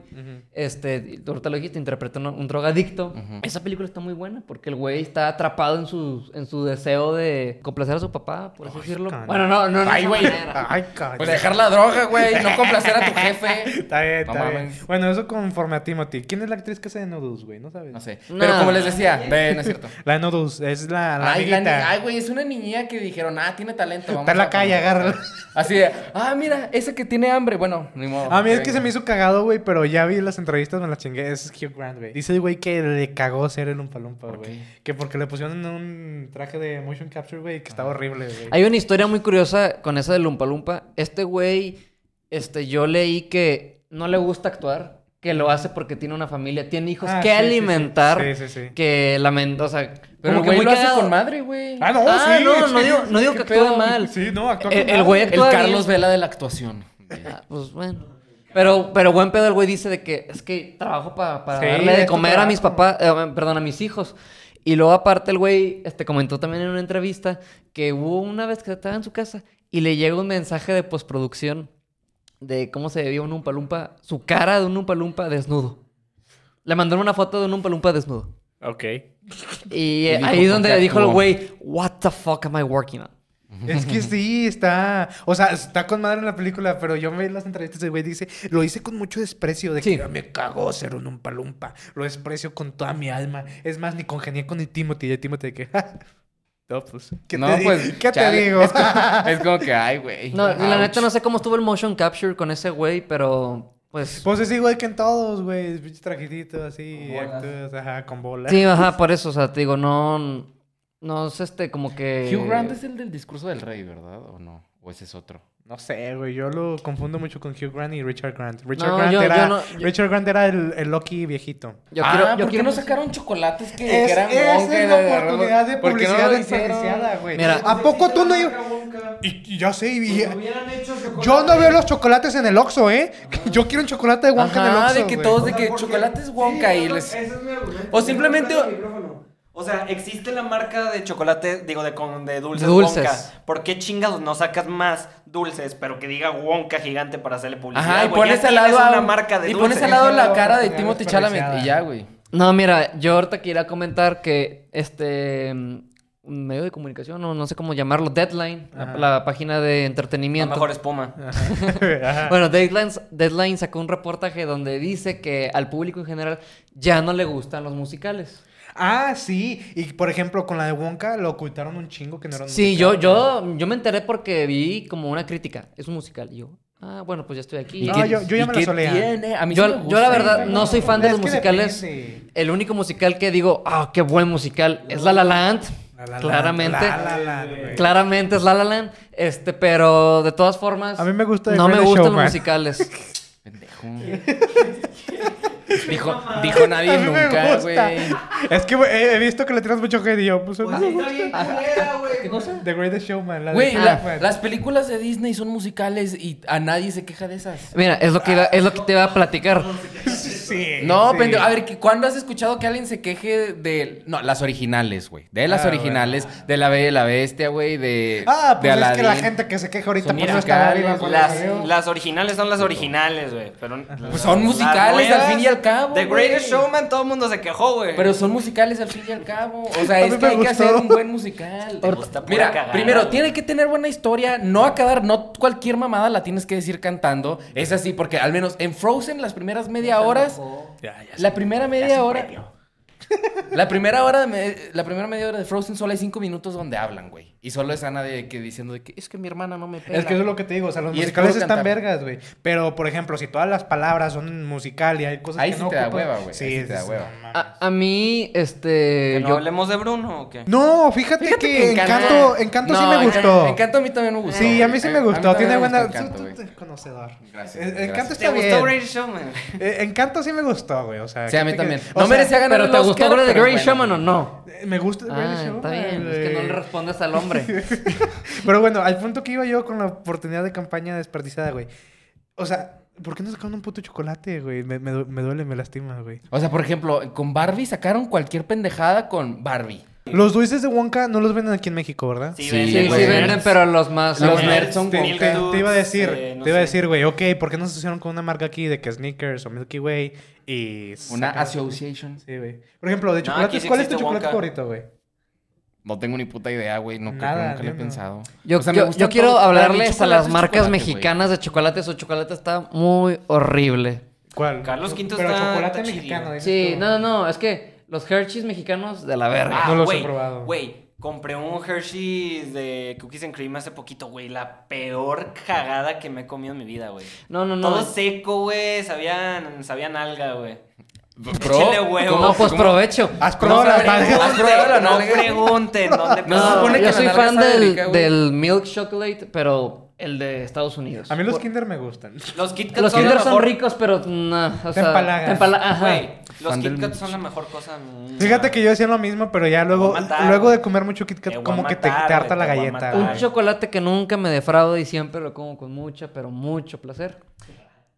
Este, tú ahorita lo dijiste, interpreta un, un drogadicto. Esa película está muy buena porque el güey está atrapado en su, en su deseo de complacer a su papá, por así decirlo. caray. Bueno, no, no, no. Ay, de esa güey. manera. Ay, cabrón. Pues dejar la droga, güey, no complacer a tu jefe. [laughs] Está bien, No está bien. mames. Bueno, eso conforme a Timothy. ¿Quién es la actriz que hace de Noodles, güey? No sabes. No sé. No. Pero como les decía, ve, no es cierto. La de Noodles es la, la Ay, la amiguita. ni- ay, güey, es una niña que dijeron, ah, tiene talento. Vamos Está en la a calle, poner". agárrala. Así de, ah, mira, ese que tiene hambre. Bueno, ni modo. A mí es que se venga. me hizo cagado, güey, pero ya vi las entrevistas, me las chingué. Ese es Hugh Grant, güey. Dice el güey que le cagó ser el Umpalumpa, ¿Por güey. qué? Que porque le pusieron un traje de motion capture, güey, que estaba horrible, güey. Hay una historia muy curiosa con esa de Lumpa Lumpa. Este güey, este, yo leí que no le gusta actuar, que lo hace porque tiene una familia, tiene hijos Ah, que sí, sí, sí. alimentar, Sí, sí, sí. que lamenta, o sea, Pero el como que güey muy lo hace cagado. con madre, güey. Ah, no, Ah, sí. no, no sí. digo, no digo que ¿Qué actúe pedo? mal. Sí, no, actúa El- con el madre. güey- El Todavía. Carlos Vela de la [laughs] actuación. Ah, pues bueno. Pero, pero buen pedo el güey dice de que es que trabajo pa- para Sí, darle es de tu comer a mis trabajo. papás, eh, perdón, a mis hijos. Y luego aparte el güey este, comentó también en una entrevista que hubo una vez que estaba en su casa y le llega un mensaje de postproducción de cómo se veía un umpalumpa, su cara de un umpalumpa desnudo. Le mandaron una foto de un umpalumpa desnudo. Ok. Y, eh, dijo, ahí es "¿Con donde qué dijo el actúo?". güey, what the fuck am I working on? Es que sí, está. O sea, está con madre en la película, pero yo me vi las entrevistas y el güey dice, lo hice con mucho desprecio, de Sí. que "Ah, me cagó ser un umpalumpa. Lo desprecio con toda mi alma. Es más, ni congenié con el Timothy, y el Timothy de que, "Ja, No, pues. ¿Qué te di- qué te digo? Es como, es como que, ay, güey. No, y la ouch. neta no sé cómo estuvo el motion capture con ese güey, pero pues... [laughs] Pues es igual que en todos, güey. Pinche trajecito así, Con bolas. actúas, ajá, con bolas. Sí, ajá, por eso, o sea, te digo, no... No es este como que... Hugh Grant es el del discurso del rey, ¿verdad? ¿O no? ¿O ese es otro? No sé, güey. Yo lo confundo mucho con Hugh Grant y Richard Grant. Richard No, Grant yo- era, yo no- yo- Richard Grant era el, el Loki viejito. Yo ah, quiero, yo ¿por qué quiero- no sacaron chocolates que, que Es- eran esa es la oportunidad de ¿Por qué no lo publicidad hicieron? desperdiciada, güey. Mira. ¿A poco tú no ibas...? Y, y ya sé, y- yo no veo los chocolates en el Oxxo, ¿eh? Yo quiero un chocolate de Wonka en el Ajá, Oxxo, de que güey. todos de que chocolates Wonka y les... O simplemente- O sea, existe la marca de chocolate, digo, de, con- de dulces, Dulces. Wonka. ¿Por qué chingados no sacas más dulces, pero que diga Wonka gigante para hacerle publicidad? Ajá, y güey? Ya pones al tienes lado a- una marca de Y dulces. pones al lado la cara de Ya Timothy desperdiciada. Chalamet y ya, güey. No, mira, yo ahorita quería comentar que este mm, un medio de comunicación, o no sé cómo llamarlo, Deadline, la, Ajá. la página de La entretenimiento. mejor espuma. Ajá. Bueno, Deadline, Deadline sacó un reportaje donde dice que al público en general ya no le gustan los musicales. Ah, sí. Y por ejemplo, con la de Wonka lo ocultaron un chingo que no era un Sí, yo, musical. yo, yo me enteré porque vi como una crítica. Es un musical. Y yo, ah, bueno, pues ya estoy aquí. No, ¿Y qué- yo- yo ya y me la qué solea. tiene? A mí sí yo, me yo gusta, la verdad güey. no soy fan de Es los que musicales. depende. El único musical que digo, ah, qué buen musical, es La La Land. La, la, la, claramente. la, la, la, güey. Claramente es La La Land. Este, pero de todas formas. A mí me gusta The No me Greatest gustan los Showman. musicales. Pendejo. dijo, dijo nadie A mí me nunca, gusta. güey. Es que güey, he he visto que le tiras mucho hate y yo, pues. Pues no sí, me está gusta. bien culera, güey. The Greatest Showman, la de Güey, la- Showman. las películas de Disney son musicales y a nadie se queja de esas. Mira, es lo que, iba- es lo que te iba a platicar. Sí, No, sí. pendejo. A ver, ¿qué- ¿cuándo has escuchado que alguien se queje de. No, las originales, güey. De las Ah, originales, de La Bella y la Bestia, güey, de. Ah, de pues es que la Aladdin. gente que se queja ahorita Son por no estaba musicales, viva cuando Las, salió. las originales son las originales, güey. Pero Pues son musicales, al fin y al cabo, The güey. Greatest Showman, todo el mundo se quejó, güey. Pero son musicales al fin y al cabo. O [laughs] sea, A es mí que me hay que gustó. hacer un buen musical. Te gusta pura Mira, cagada, primero, güey. tiene que tener buena historia. No a quedar, no cualquier mamada la tienes que decir cantando. Es así, porque al menos en Frozen, las primeras media horas. La primera media hora. La primera hora, de me- la primera media hora de Frozen solo hay cinco minutos donde hablan, güey. Y solo es Ana de que diciendo de que es que mi hermana no me pela. Es que eso es lo que te digo, o sea, los Y es musicales puro están cantar. vergas, güey. Pero, por ejemplo, si todas las palabras son musical y hay cosas Ahí que sí no te da ocupan- hueva, güey, Sí, ahí sí te da es- hueva. Ah. no mames. A, a mí, este. Eh, ¿Que no yo- hablemos de Bruno o qué? No, fíjate, Fíjate que, que Encanto, Encanto sí No, me gustó. Encanto a mí también me gustó. Sí, a mí sí güey. me gustó. también Tiene me buena. gustó Encanto, tú- tú- güey. tú- conocedor. Gracias, Eh, gracias. Encanto ¿Te está gustó bien. Greatest Showman? Eh, Encanto sí me gustó, güey. O sea, Sí, a mí ¿qué te también. crees? No O sea, merecía ganar Pero el te Oscar, gustó ahora de pero Grey bueno. Showman o no? eh, Me gusta el Greatest Ah, está Showman, bien. Es que no le güey. respondes al hombre. Pero bueno, al punto que iba yo con la oportunidad de campaña desperdiciada, güey. O sea, ¿por qué no sacaron un puto chocolate, güey? Me, me du- me duele, me lastima, güey. O sea, por ejemplo, con Barbie sacaron cualquier pendejada con Barbie. Los dulces de Wonka no los venden aquí en México, ¿verdad? Sí, venden, Sí, sí, güey. venden, pero los más. Los más- nerds son Te, Milk te- te iba a decir, eh, no te iba a sé. decir, güey, ok, ¿por qué no se asociaron con una marca aquí de que Snickers o Milky Way y... Una sacaron- association. Sí, güey. Por ejemplo, de No, chocolates, aquí sí ¿cuál es tu existe chocolate Wonka. favorito, güey? No tengo ni puta idea, güey. No, creo que Nada, nunca le he yo no. pensado. Yo, O sea, me yo- gustan yo quiero todos. Para mí hablarles a chocolate las es marcas chocolate, güey. mexicanas de chocolate. Su chocolate está muy horrible. ¿Cuál? Carlos Quinto Pero está- chocolate está chido. mexicano, dices Sí, tú. no, no, no. Es que los Hershey's mexicanos de la verga. Ah, No los he güey, probado. Güey, compré un Hershey's de Cookies and Cream hace poquito, güey. La peor cagada que me he comido en mi vida, güey. No, no, no. Todo seco, güey. Sabían, sabían alga, güey. Bro, Échale huevo. No, pues ¿Cómo? Ah, provecho. Has probado las nalgas. [laughs] ¿Has probado la no nalga? pregunten dónde No, No, se supone que yo la soy naranja fan sabe del, rica, güey. del milk chocolate, pero el de Estados Unidos. A mí los Kinder me gustan. Los Kit Kats los son, la Kinder son mejor- ricos, pero no, o sea, empalagas. te empala- ajá. Güey, los Fan del Kit Kats son la mejor cosa. mm. Fíjate que yo decía lo mismo, pero ya luego, voy a matar, luego güey. de comer mucho Kit Te Kat, voy a como que te, matar, te harta güey, la te voy galleta. a matar. güey. Un chocolate que nunca me defrauda y siempre lo como con mucha, pero mucho placer.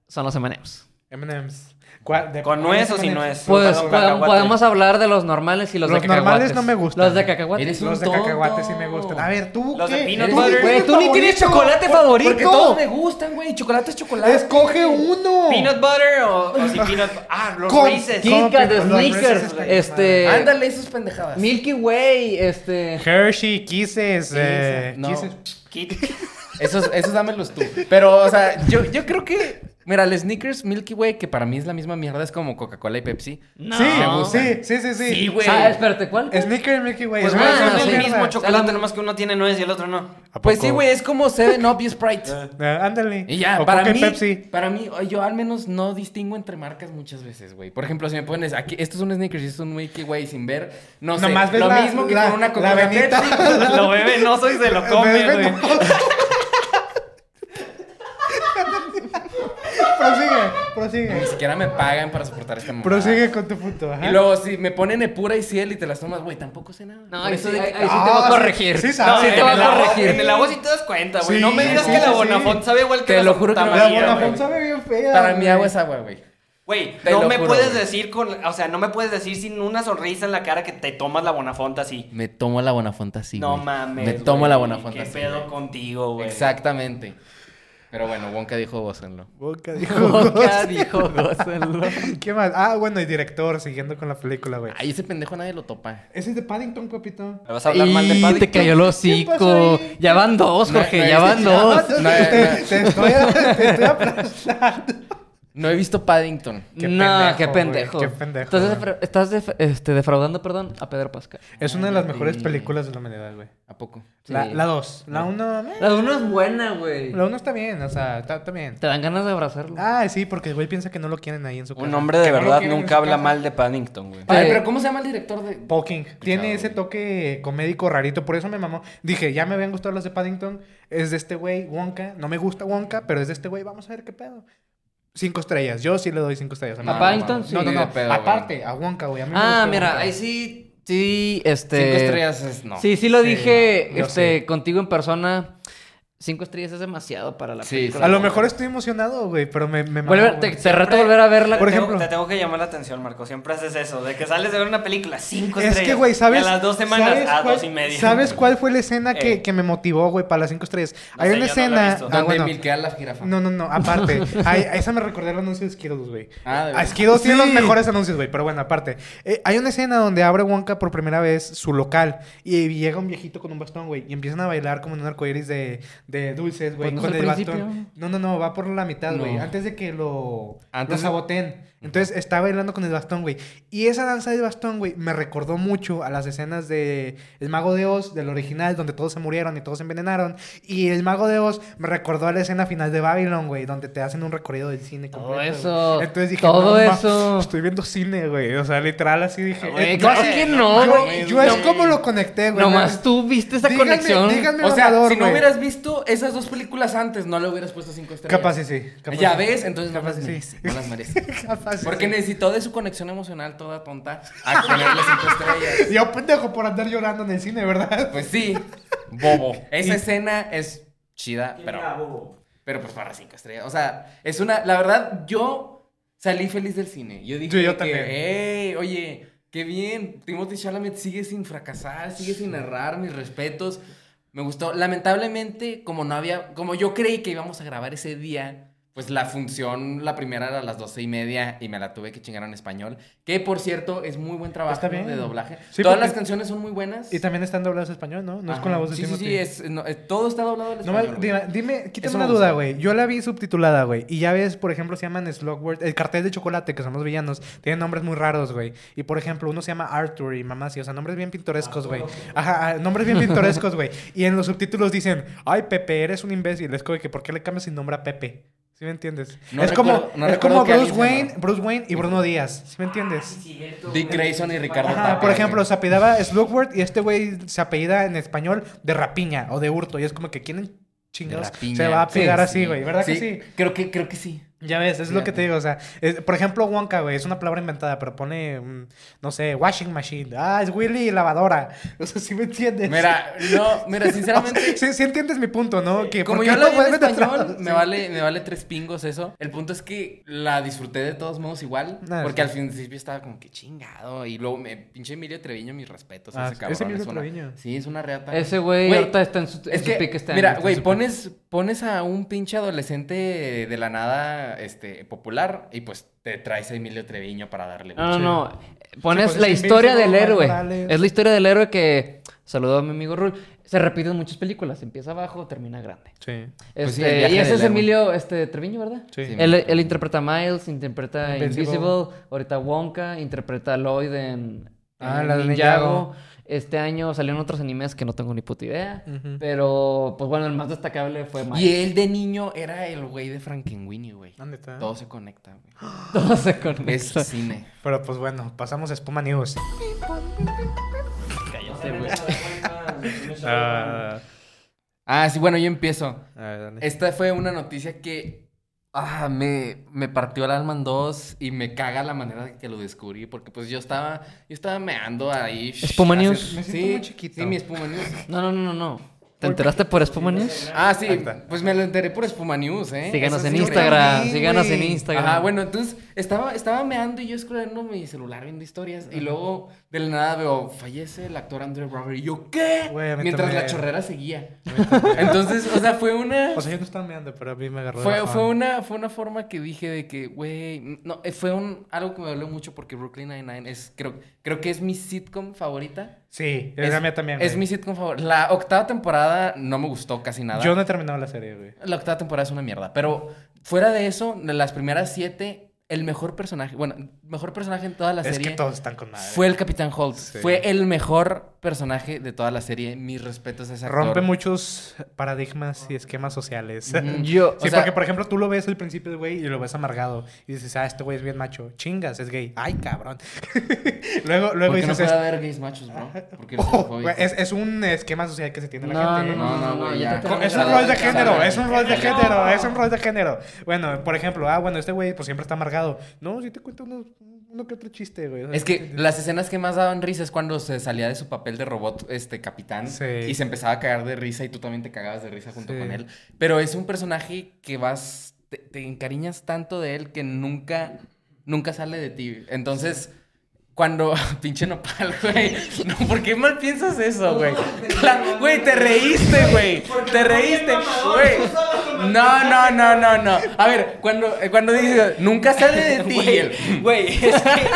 Son los M&M's. M&M's. ¿Cuál- de- ¿Con cuál nuez es o sin M&M's? nuez? Pues Fruta con pod- cacahuate. podemos hablar de los normales y los, Los de normales cacahuates. no me gustan. Los de cacahuates. Eres Los de un cacahuate sí tonto. me gustan. A ver, tú Los de qué? peanut ¿Tú butter. qué tienes Güey, tú ni tienes chocolate favorito. Porque todos me gustan, güey. Chocolate es chocolate. Escoge uno. ¿Peanut butter [laughs] o, o sin peanut Ah, los Con- Reeses. ¿Qué? Kit Kat, Los Snickers, Reese's, güey. este... Ándale, esas pendejadas. Milky Way, este... Hershey, Kisses, eh, No. Kisses. Kit- [laughs] Esos, esos dámelos tú. Pero, o sea, yo, yo creo que Mira, el Snickers Milky Way, que para mí es la misma mierda, es como Coca-Cola y Pepsi. No. Sí, Me gustan. sí, sí, sí, sí. Sí, güey. Ah, espérate, ¿cuál? Snicker y Milky Way. Pues, son- güey, bueno, son es de el mierda. mismo chocolate, nomás que uno tiene nuez y el [laughs] otro no. ¿A Pues poco? sí, güey, es como Seven Up y Sprite. Ah, Ándale. Y ya, O para Coca y mí, Pepsi. para mí, o- yo al menos no distingo entre marcas muchas veces, güey. Por ejemplo, si me pones aquí, esto es un Snickers y esto es un Milky Way sin ver, no sé, Nomás ves lo la- mismo que la- con una la Coca-Cola venita. Pepsi. Lo bebe, no soy, se lo come, Bebé, güey. no. prosigue, Ni prosigue. siquiera me pagan para soportar esta mamada. Prosigue con tu punto. Ajá. Y luego, si me ponen Epura y Ciel y te las tomas, güey, tampoco sé nada. No, Por ahí eso sí, de- ahí- ahí sí te voy Ah, a sí, corregir. sí no, sí sabes. te voy En la a voz- corregir. En el agua sí te das cuenta, güey. Sí, no me digas sí, que la sí. Bonafont sabe igual que Te la lo juro que Santa no. La María, Bonafont güey. sabe bien fea. Para mí güey. agua es agua, güey. Güey, Te no lo me juro, puedes güey. decir con, o sea, no me puedes decir sin una sonrisa en la cara que te tomas la Bonafont así. Me tomo la Bonafonta así, No güey. mames. Me tomo güey. la Bonafonta ¿Qué así, pedo güey. contigo, güey? Exactamente. Pero bueno, Wonka dijo gócenlo. Boca, dijo. [laughs] Boca dijo, gócenlo. [laughs] ¿Qué más? Ah, bueno, el director, siguiendo con la película, güey. Ay, ese pendejo nadie lo topa. Ese es de Paddington, papito. ¿Me vas a hablar mal de Y Paddington? te cayó el pasó hocico. ahí? Ya van dos, No, Jorge, no, ya no, van no, dos. Te, No, no. te estoy, te estoy aplastando. No he visto Paddington. Qué no, pendejo, qué güey, pendejo. qué pendejo, Entonces, güey. fra- estás def- este, defraudando, perdón, a Pedro Pascal. [laughs] Es una de las Cállate. mejores películas de la humanidad, güey. ¿A poco? La Sí. la dos. La uno. eh, La uno es buena, güey. La uno está bien, o sea, está, está bien. Te dan ganas de abrazarlo. Ah, sí, porque el güey piensa que no lo quieren ahí en su casa. Un hombre de Que no lo verdad quieren en nunca su habla casa. mal de Paddington, güey. Ah, Ay, eh, pero ¿cómo se llama el director de...? Paul King. Tiene Escuchado, ese güey. toque comédico rarito, por eso me mamó. Dije, ya me habían gustado las de Paddington. Es de este güey, Wonka. No me gusta Wonka, pero es de este güey. Vamos a ver qué pedo. Cinco estrellas. Yo sí le doy cinco estrellas. ¿A mí. Paddington? mames. Sí, No, no, de no. pedo, güey. Aparte, a Wonka, güey. A mí me Ah, gustó mira, Wonka. ahí sí, sí, este... Cinco estrellas es... No. Sí, sí lo Sí, dije no, yo este, sí. contigo en persona. Cinco estrellas es demasiado para la Sí, película. A lo mejor estoy emocionado, güey, pero me, me mamó, Vuelve- güey. te, te reto a volver a verla. Por Te tengo- ejemplo- te tengo que llamar la atención, Marco. Siempre haces eso, de que sales de ver una película cinco Es estrellas. que, güey, y ¿sabes? A las dos semanas, ¿sabes a cuál- dos y media. [laughs] ¿Sabes cuál fue la escena Eh. que, que me motivó, güey, para las cinco estrellas? No Hay una sé, yo no la he escena. visto. ah, Donde bueno, milquea la jirafa. No, no, no, [laughs] aparte. Ay, a esa me recordé el anuncio de Skittles, güey. Ah, de A verdad. Skittles tiene Sí. los mejores anuncios, güey, pero bueno, aparte. Eh, hay una escena donde abre Wonka por primera vez su local y llega un viejito con un bastón, güey, y empiezan a bailar como en un arcoíris de, de dulces, güey, Pues no es con al el principio. bastón. No, no, no, va por la mitad, güey, No. antes de que lo, Antes antes de- saboteen. Entonces está bailando con el bastón, güey. Y esa danza del bastón, güey, me recordó mucho a las escenas de El Mago de Oz, del original, donde todos se murieron y todos se envenenaron. Y El Mago de Oz me recordó a la escena final de Babylon, güey, donde te hacen un recorrido del cine. Todo completo, eso, güey. Entonces dije, todo "No, ma, eso". estoy viendo cine, güey. O sea, literal así dije. Güey, eh, claro yo así- que no, yo- güey. Yo es No- como lo conecté, güey. Nomás tú viste esa Díganme- conexión. díganme- O sea, mamador, si no güey. hubieras visto esas dos películas antes, no le hubieras puesto cinco estrellas. Capaz y sí. capaz ya y- ves, [laughs] entonces no capaz las y sí. merece. No las merece. Capaz y Porque sí. necesitó de su conexión emocional toda tonta a ponerle cinco estrellas. Yo pendejo por andar llorando en el cine, ¿verdad? [laughs] Pues sí, bobo. Esa escena es chida, ¿Quién era pero, bobo? pero pues para cinco estrellas. O sea, es una. La verdad, yo salí feliz del cine. Yo dije Sí, yo que, también. "Ey, oye, qué bien. Timothy Chalamet sigue sin fracasar, sigue sin errar, mis respetos. Me gustó. Lamentablemente, como no había. Como yo creí que íbamos a grabar ese día. Pues la función, la primera era a las doce y media y me la tuve que chingar en español. Que por cierto, es muy buen trabajo Está bien. de doblaje. Sí, Todas porque- las canciones son muy buenas. Y también están doblados a español, ¿no? No es con Ajá. la voz de sí, Timothy. Sí, sí, es, no, eh, todo está doblado al No, español. güey. dime, dime, quítame Eso me una duda, gusta. güey. Yo la vi subtitulada, güey. Y ya ves, por ejemplo, se llaman Slugworth. El cartel de chocolate, que son los villanos, tienen nombres muy raros, güey. Y por ejemplo, uno se llama Arthur y mamá, sí. O sea, nombres bien pintorescos, güey. Ajá, ah, nombres [laughs] bien pintorescos, güey. Y en los subtítulos dicen, ay, Pepe, eres un imbécil. Es como que, ¿por qué le cambias sin nombre a Pepe? ¿Sí me entiendes? No es recuerdo- como, no es recuerdo como que Bruce alguien se Wayne, llamara. Bruce Wayne y Bruno Díaz. ¿Sí me entiendes? Sí, cierto, Dick güey. Grayson y Ricardo Ajá, Tapia, por ejemplo, güey. se apellidaba Slugworth y este güey se apellida en español de rapiña o de hurto. Y es como que quieren De la chingados. piña. Se va a Sí, pegar sí. así, güey. ¿Verdad que sí? Creo que, creo que sí. Ya ves, es lo que te digo. O sea, es- por ejemplo, Wonka, güey, es una palabra inventada, pero pone, mm, no sé, washing machine. Ah, es Willy y lavadora. [laughs] O sea, [laughs] ¿sí me entiendes? Mira, no, mira, sinceramente. [laughs] Sí, sí entiendes mi punto, ¿no? Que Como ¿por qué yo no lo vi en vuelven a español, traducir? me vale, me vale tres pingos eso. El punto es que la disfruté de todos modos igual. Nah, porque Ah, sí. al principio estaba como que chingado. Y luego me pinche Emilio Treviño, mis respetos. Ah, ese sí, cabrón. ese Emilio es una- Treviño. Sí, es una reata. Ese güey ahorita está en su, en Es su que, pique este año, mira, está en güey, su pique. pones, pones a un pinche adolescente de la nada película este, popular y pues te traes a Emilio Treviño para darle Ah, No, no, mucho. no. Pones pues, la es historia Invincible, del Miles héroe. Morales. Es la historia del héroe que. Saludó a mi amigo Rul. Se repite en muchas películas. Empieza abajo, termina grande. Sí. Pues sí, el Este, viaje y ese del es héroe. Emilio este, Treviño, ¿verdad? Sí. Sí. Él, él interpreta a Miles, interpreta a Invincible. Invisible, ahorita Wonka, interpreta a Lloyd en, Ah, en la de Ninjago. Ninjago. Este año salieron otros animes que no tengo ni puta idea. Ujú. Pero, pues bueno, el más destacable fue Miles. Y él de niño era el güey de Frankenweenie, güey. ¿Dónde está? Todo se conecta, Ah, güey. [laughs] Todo se conecta. Es cine. Pero pues bueno, pasamos a Espuma News. [laughs] Ah, sí, bueno, yo empiezo. a ver, dale. Esta fue una noticia que ah, me, me partió el alma en dos y me caga la manera de que lo descubrí porque pues yo estaba yo estaba meando ahí. Espuma haciendo- News. Me siento sí, muy chiquito. Sí, mi espuma news. No, no, no, no, no. ¿Te enteraste por Espuma News? Ah, sí, Exacta. pues me lo enteré por espuma news, ¿eh? Síganos Eso en sí, Instagram, también, síganos en güey. Instagram. Ajá, bueno, entonces estaba, estaba meando y yo escribiendo mi celular viendo historias. Y luego de la nada veo, fallece el actor Andrew Robert. Y yo, ¿qué? Güey, a mí Mientras también. la chorrera seguía. Me está- Entonces, o sea, fue una. [laughs] O sea, yo no estaba meando, pero a mí me agarró. de Fue, bajón. fue, una, fue una forma que dije de que, güey, no, eh, fue un, algo que me dolió mucho porque Brooklyn Nine-Nine es, creo, creo que es mi sitcom favorita. Sí, es la mía también. Es güey. mi sitcom favorita. La octava temporada no me gustó casi nada. Yo no he terminado la serie, güey. La octava temporada es una mierda. Pero fuera de eso, de las primeras siete, el mejor personaje, bueno, mejor personaje en toda la Es serie que todos están con madre. fue el Capitán Holt. Sí. Fue el mejor personaje de toda la serie. Mis respetos a ese actor. Rompe muchos paradigmas y esquemas sociales. [laughs] [laughs] Ujú. yo, Sí, Mm, O sea- porque por ejemplo tú lo ves al principio, güey, y lo ves amargado. Y dices, ah, este güey es bien macho. Chingas, es gay. Ay, cabrón. [laughs] luego luego Porque no dices, puede "Es- haber gays machos, bro. Porque eres [laughs] oh, homofóbico. güey, es, es un esquema social que se tiene la No, gente. no, No, no, güey, ya ya. te tenemos Es un grabado rol de en casa. género, es un rol de No. género, es un rol de género. Bueno, por ejemplo, ah, bueno, este güey pues siempre está amargado. No, si te cuento uno, uno que otro chiste, güey. O sea, Es que las escenas que más daban risa es cuando se salía de su papel de robot, este, capitán, Sí. y se empezaba a cagar de risa y tú también te cagabas de risa junto Sí. con él. Pero es un personaje que vas, te, te encariñas tanto de él que nunca, nunca sale de ti. Entonces, cuando, [laughs] pinche nopal, güey, no, ¿por qué mal piensas eso, güey? [laughs] Cla- Güey, te reíste, güey, Porque te no reíste, es mamador, güey. tú sabes cómo es. No, no, no, no, no. A ver, cuando, eh, cuando dices, nunca sale de ti, y él, Güey, güey, es que.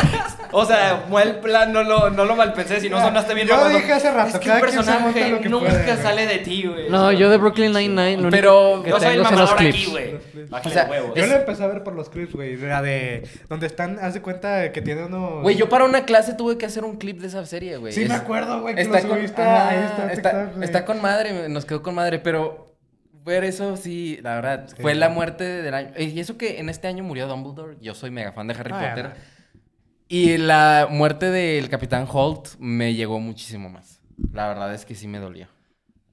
O sea, el plan no lo, no lo malpensé, si no sonaste bien. Yo mamando. dije hace rato, es que cada un quien se monta personaje lo que nunca puede, güey. sale de ti, güey. No, yo de Brooklyn Nine-Nine, lo único Pero que Yo soy el tengo son los mamador clips. aquí, güey. Bájale O sea, huevos. Yo lo empecé a ver por los clips, güey. La de. Donde están, haz de cuenta que tiene uno. Güey, yo para una clase tuve que hacer un clip de esa serie, güey. Sí, me Es- acuerdo, güey. Que Está lo con, subiste Ah, a- ahí está, en está- TikTok, güey. está con madre, me- nos quedó con madre, pero ver eso sí, la verdad, fue la muerte del año. Eh, Y eso que en este año murió Dumbledore, yo soy mega fan de Harry Ah, Potter. no. Y la muerte del Capitán Holt me llegó muchísimo más. La verdad es que sí me dolió.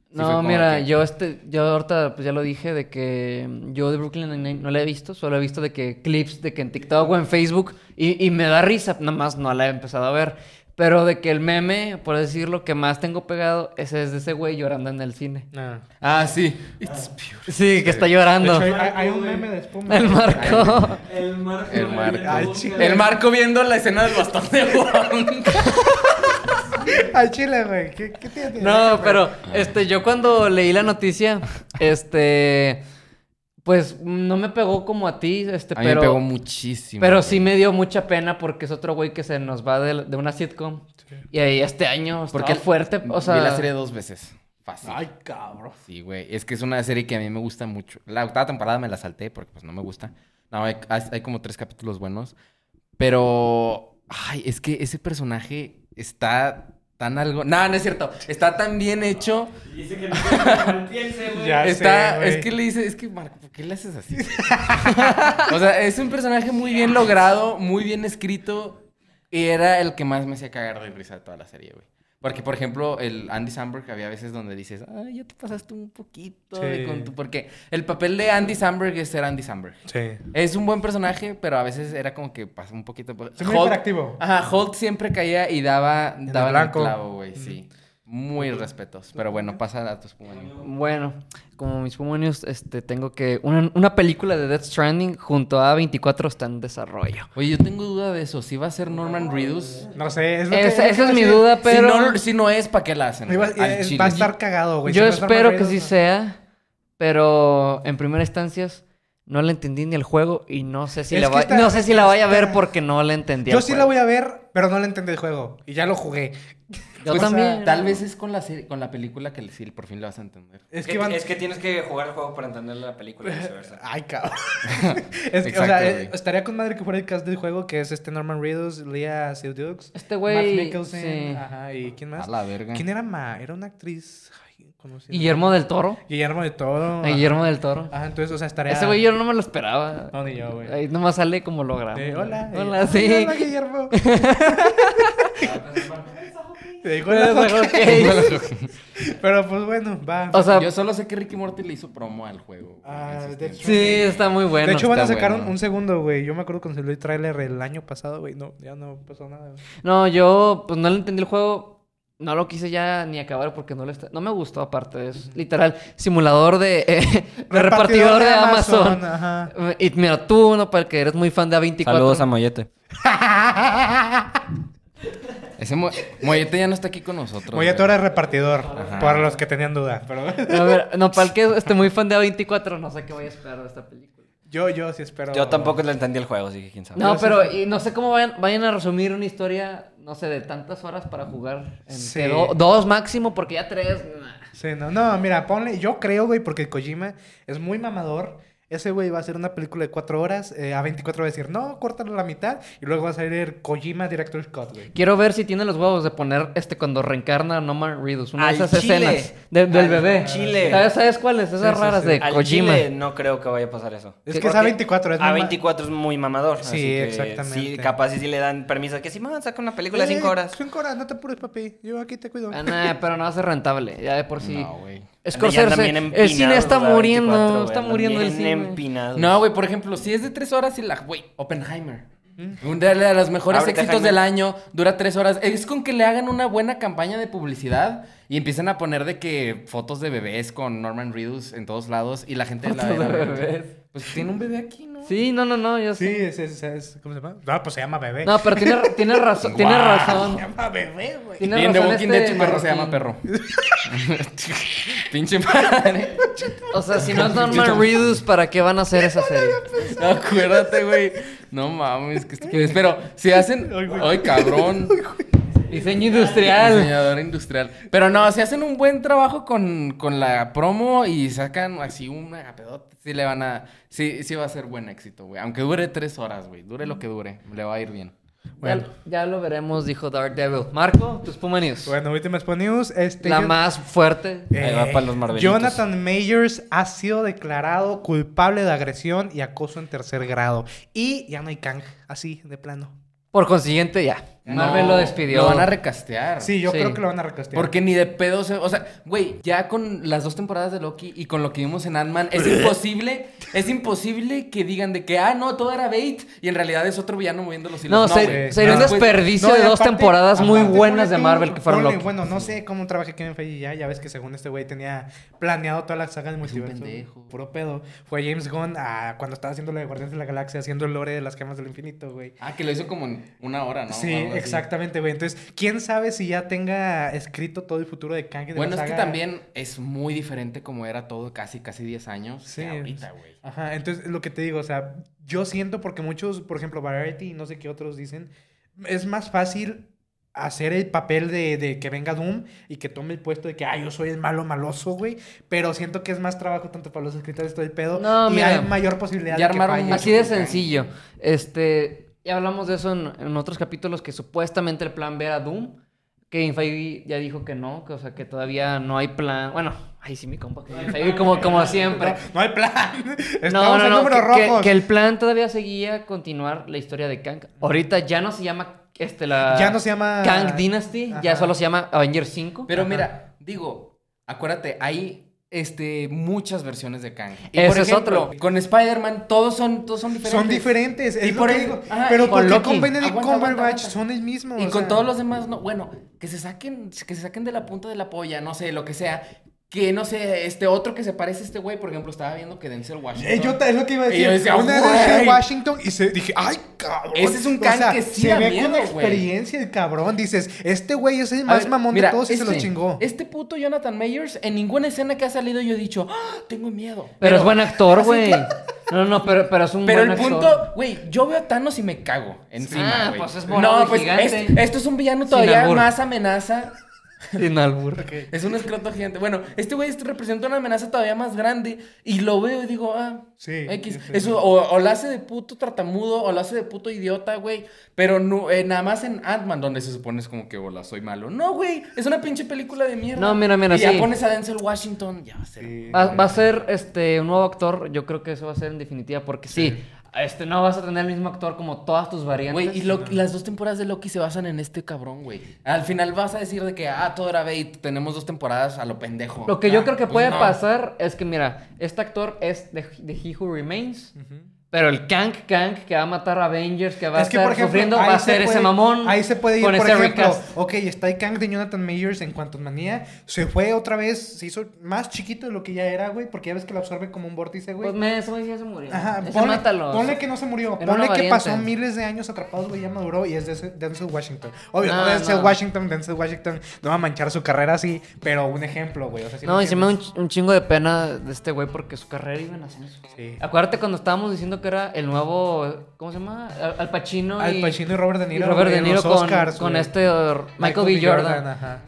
Sí fue No, como mira, que- yo este, yo ahorita pues ya lo dije de que mm, yo de Brooklyn Nine-Nine no la he visto, solo he visto de que clips de que en TikTok o en Facebook y, y me da risa, nada más no la he empezado a ver, pero de que el meme, por decirlo, que más tengo pegado, ese es de ese güey llorando en el cine. Ah. Ah, sí. Sí, que está De llorando. hecho, hay, hay- hay un meme de espuma. Ah, El Marco. El marco. El marco. Ay, chica. El marco viendo la escena del bastón de [laughs] Wong. [laughs] Al chile, güey. ¿Qué, qué tiene? No, pero ah. este, yo cuando leí la noticia, este, pues no me pegó como a ti, este, A mí pero me pegó muchísimo. Pero güey. sí me dio mucha pena porque es otro güey que se nos va de, de una sitcom. Y ahí este año porque Porque es fuerte, o sea... Vi la serie dos veces. Fácil. cabrón. Sí, güey. Es que es una serie que a mí me gusta mucho. La octava temporada me la salté porque pues no me gusta. No, hay, hay- hay como tres capítulos buenos. Pero... Ay, es que ese personaje está tan algo... No, no es cierto. Está tan bien hecho. Dice que no mal piense, güey. Ya. sé, está... güey. es que le dice... Es que, Marco, ¿por qué le haces así? [laughs] o sea, es un personaje muy bien logrado, muy bien escrito. Y era el que más me hacía cagar de risa de toda la serie, güey. Porque, por ejemplo, el Andy Samberg había veces donde dices, ay, ya te pasaste un poquito de Sí. con tu... Porque el papel de Andy Samberg es ser Andy Samberg. Sí. Es un buen personaje, pero a veces era como que pasa un poquito... por- Es muy hiperactivo. Ajá, Holt siempre caía y daba, el daba en el blanco. clavo, güey, sí. Muy respetos. Pero bueno, pasa a tus puños. Bueno, como mis pulmones, este, tengo que... Una, una película de Death Stranding junto a 24 está en desarrollo. Oye, yo tengo duda de eso. ¿Sí va a ser Norman Reedus? No sé. Es lo que- Esa- lo que esa iba es a mi decir. duda, pero... Si no, si no es, ¿para qué la hacen? Iba- güey? Al eh, chile. va a estar cagado, güey. Yo Si no es Norman espero que Reedus, sí no. sea, pero en primera instancia No la entendí ni el juego y no sé si, Es la, que va- está- no sé si la vaya a ver está- porque no la entendí. Yo al sí la juego. voy a ver, pero no la entendí el juego. Y ya lo jugué. Yo o sea, también. Tal vez es con la serie, con la película que sí, por fin la vas a entender. Es que, van... [laughs] es que tienes que jugar el juego para entender la película y viceversa. Ay, [laughs] cabrón. es que, o sea, Exacto, eh, güey. estaría con madre que fuera el cast del juego, que es este Norman Reedus, Leah Seydoux, Este Matt güey. Mikkelsen, sí. ajá, y ¿quién más? A la verga. [laughs] ¿Quién era Ma? Era una actriz ay, conocida. Guillermo del Toro. Guillermo de Toro. Ay, Guillermo del Toro. Ajá, entonces, o sea, estaría... Ese güey yo no me lo esperaba. Ah, No, ni yo, güey. Ahí nomás sale como logramos. De, hola. eh, Hola, ay, sí. Hola, [laughs] Guillermo. [laughs] Te dijo la Hola, boca. [laughs] ok. [laughs] Pero pues bueno, va. O sea, Yo solo sé que Ricky Morty le hizo promo al juego. güey, Ah, en esos de- tiempos. sí, está muy bueno. de hecho, van a está sacar un- bueno. un segundo, güey. Yo me acuerdo cuando salió el tráiler el año pasado, güey. No, ya no pasó nada. güey. No, yo pues no le entendí el juego. No lo quise ya ni acabar porque no, le está- no me gustó aparte de eso. Literal, simulador de, [laughs] eh, de repartidor, de Amazon. Ajá. Y mira, tú, no, para que eres muy fan de A24. Saludos [laughs] a Mollete. Ese Mo- Mollete ya no está aquí con nosotros. Oye, güey. tú eres repartidor, Ajá. para los que tenían duda. Pero [laughs] A ver, no, para el que esté muy fan de A24, no sé qué voy a esperar de esta película. yo, yo sí espero. Yo tampoco le entendí el juego, así que quién sabe. No, Yo sí pero y no sé cómo vayan, vayan a resumir una historia, no sé, de tantas horas para jugar. En Sí. que do- dos máximo, porque ya tres. nah. Sí, no, no, mira, ponle. Yo creo, güey, porque Kojima es muy mamador. Ese güey va a hacer una película de cuatro horas. eh, a 24 va a decir, no, córtalo a la mitad. Y luego va a salir el Kojima Director Scott, güey. Quiero ver si tiene los huevos de poner este cuando reencarna a Norman Reedus, una de Al esas chile. escenas de- del Al bebé. chile. ¿Sabes, sabes cuáles? Esas Sí, sí, raras sí. de Al Kojima. Chile no creo que vaya a pasar eso. Es que Porque es A24, es muy ma- A24 es muy mamador. Sí, así que exactamente. Sí, capaz y sí le dan permiso. Que si me van a sacar una película de 5 Eh, horas. Cinco horas, no te apures, papi. Yo aquí te cuido. Ah, nah, pero no va a ser rentable, ya de por sí. No, güey. Scorsese, Andan bien el empinados, cine está la 24, muriendo, güey, está andan muriendo el bien cine. empinado. No, güey, por ejemplo, si es de tres horas y la. Güey, Oppenheimer. Una de los mejores Ábrete, éxitos Jaime. del año, dura tres horas. Es con que le hagan una buena campaña de publicidad y empiezan a poner de que fotos de bebés con Norman Reedus en todos lados y la gente la Fotos ve, de la ve. bebés. Pues tiene un bebé aquí, ¿no? Sí, no, no, no, yo Sí, sé. es, es, es- ¿cómo se llama? No, pues se llama bebé. No, pero tiene, tiene razón, tiene Guau. razón. Se llama bebé, güey. Tiene Y en The razón Walking este Dead su perro se llama Martín. perro. [laughs] Pinche madre. O sea, si no es Norman Reedus, ¿para qué van a hacer esa serie? Acuérdate, güey. No mames, que estupidez. Pero si hacen. Ay, güey. Ay, cabrón. Diseño industrial. Diseñador industrial. Pero no, si hacen un buen trabajo con, con la promo y sacan así un megapedote, sí le van a. Sí, sí va a ser buen éxito, güey. Aunque dure tres horas, güey. Dure lo que dure. Le va a ir bien. Bueno. Ya, ya lo veremos, dijo Dark Devil. Marco, tus Puma News. Bueno, últimas Spot News. Este, La yo- más fuerte. Eh, Ahí va para los Marvelitos. Jonathan Majors ha sido declarado culpable de agresión y acoso en tercer grado. Y ya no hay canje, así de plano. Por consiguiente, ya. Marvel No, lo despidió. Lo van a recastear. Sí, yo Sí. creo que lo van a recastear. Porque ni de pedo se... O sea, güey, ya con las dos temporadas de Loki y con lo que vimos en Ant-Man, es imposible, es imposible que digan de que, ah, no, todo era bait y en realidad es otro villano moviendo los hilos. No, No, se- güey. sería un Pues, desperdicio No, y de dos aparte- temporadas muy aparte, buenas de ponle tú- Marvel que fueron ponle, Loki. Bueno, no sé cómo trabaja Kevin Feige ya. Ya ves que según este güey tenía planeado toda la saga del un multiverso. pendejo. Puro pedo. Fue James Gunn a- cuando estaba haciendo la de Guardianes de la Galaxia, haciendo el lore de las gemas del infinito, güey. Ah, que lo hizo como en una hora, ¿no? Sí, Algo así. exactamente, güey. Entonces, ¿quién sabe si ya tenga escrito todo el futuro de Kang? y de la Bueno, es que saga? también es muy diferente como era todo casi, casi 10 años. Sí. que ahorita, güey. Ajá, entonces lo que te digo, o sea, yo siento porque muchos, por ejemplo, Variety y no sé qué otros dicen, es más fácil hacer el papel de, de que venga Doom y que tome el puesto de que, ah, yo soy el malo maloso, güey, pero siento que es más trabajo tanto para los escritores todo el pedo No, y mira, hay mayor posibilidad ya de que armaron falle. mucho Así de con Kang. sencillo. Este, ya hablamos de eso en, en otros capítulos que supuestamente el plan B era Doom. Kevin Feige ya dijo que no, que, o sea, que todavía no hay plan. Bueno, ahí sí mi compa Kevin Feige, como, como siempre. No hay plan. [laughs] Estamos No, no, en no, que, números que- rojos. que el plan todavía seguía continuar la historia de Kang. Ahorita ya no se llama este la Ya no se llama... Kang Dynasty, ya Ajá. solo se llama Avengers 5. Pero mira, digo, acuérdate, hay este, muchas versiones de Kang. Y Ese por es ejemplo, otro. Con Spider-Man, todos son, todos son diferentes. Son diferentes, es Y lo por que ahí- digo. ajá, Pero y con porque Loki. con Benedict Aguanta, aguanta, Cumberbatch aguanta. son el mismo. Y o con sea. todos los demás, no. Bueno, que se saquen, que se saquen de la punta de la polla, no sé, lo que sea. Que no sé, este otro que se parece a este güey, por ejemplo, estaba viendo que Denzel Washington. Eh, yo ta- es lo que iba a Y decir. yo decía, una vez fui "Güey". a Washington y se dije, ay, cabrón. Ese es un can que sí se da ve miedo, con güey. experiencia el cabrón. Dices, este güey es el A más ver, mamón mira, de todos y se este- lo chingó. Este puto Jonathan Mayers, en ninguna escena que ha salido yo he dicho, "Ah, tengo miedo. Pero es buen actor, así güey. que- No, no, pero, pero es un Pero buen el actor. punto, güey, yo veo a Thanos y me cago encima, Ah, güey. pues es morado no, y pues gigante. es- esto es un villano Sin todavía albur. más amenaza. Sin albur. Es un escroto gigante. Bueno, este güey este representa una amenaza todavía más grande y lo veo y digo, ah, Sí, X. sí, sí. Eso, o, o la hace de puto tartamudo o la hace de puto idiota, güey. Pero no, eh, nada más en Ant-Man, donde se supone es como que, hola, soy malo. No, güey, es una pinche película de mierda. No, mira, mira, y sí. ya pones a Denzel Washington, ya va a ser. Sí. Va, va a ser este un nuevo actor, yo creo que eso va a ser en definitiva, porque sí, este no vas a tener el mismo actor como todas tus variantes. Güey, y Loki- las dos temporadas de Loki se basan en este cabrón, güey. Al final vas a decir de que, ah, todo era bait, tenemos dos temporadas a lo pendejo. Lo que yo Ah, creo que pues puede no. pasar es que, mira, este actor es de, de He Who Remains, pero el Kang Kang que va a matar a Avengers, que va a estar sufriendo, va ahí a se ser ese puede- mamón. Ahí se puede ir, con por ese ejemplo, recast. ok, está el Kang de Jonathan Mayers en cuanto manía. Se fue otra vez, se hizo más chiquito de lo que ya era, güey, porque ya ves que lo absorbe como un vórtice, güey. Pues me, ese güey ya se murió. Ajá, Ese ponle, mátalo. ponle que no se murió. Era ponle una que variante. pasó miles de años atrapados, güey, ya maduró y es de- Denzel Washington. Obvio, no, No, Denzel no. Washington, Denzel Washington no va a manchar su carrera así, pero un ejemplo, güey. O sea, sí No, me y se me da un, entiendes. ch- un chingo de pena de este güey porque su carrera iba en ascenso. Sí. Acuérdate cuando estábamos diciendo que era el nuevo, ¿cómo se llama? Al, Al Pacino y, Al Pacino y Robert De y Niro. Robert güey, De en Niro los con, Oscars, con güey. este or- Michael B. Jordan. ajá.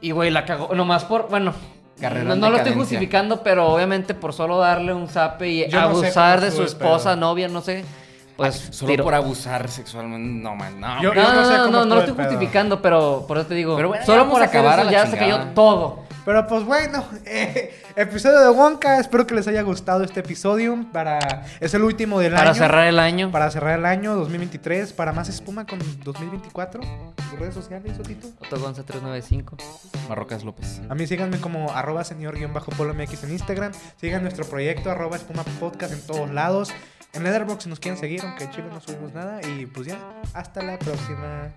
Y güey, la cagó, nomás por, bueno, Carrera no, en no lo estoy decadencia. justificando, pero obviamente por solo darle un zape y Yo no sé abusar cómo de su estuve, pero- esposa, novia, no sé, Ah, pues Solo tiro. por abusar sexualmente, no, man, no. Yo- No, no, no sé no, cómo no, no estuvo lo el estoy pedo. justificando, pero por eso te digo, Pero bueno, ya solo vamos por a hacer acabar eso a la ya se cayó chingada. todo. Pero pues bueno, eh, episodio de Wonka. Espero que les haya gustado este episodio. Para, es el último del Para año. cerrar el año. Para cerrar el año 2023. Para más espuma con 2024. Tus redes sociales, Sotito. Otogonza 395. Marrocas López. A mí síganme como arroba señor-polomx en Instagram. Sigan nuestro proyecto arroba espuma podcast en todos lados. En Letterboxd si nos quieren seguir, aunque en Chile no subimos nada. Y pues ya, hasta la próxima.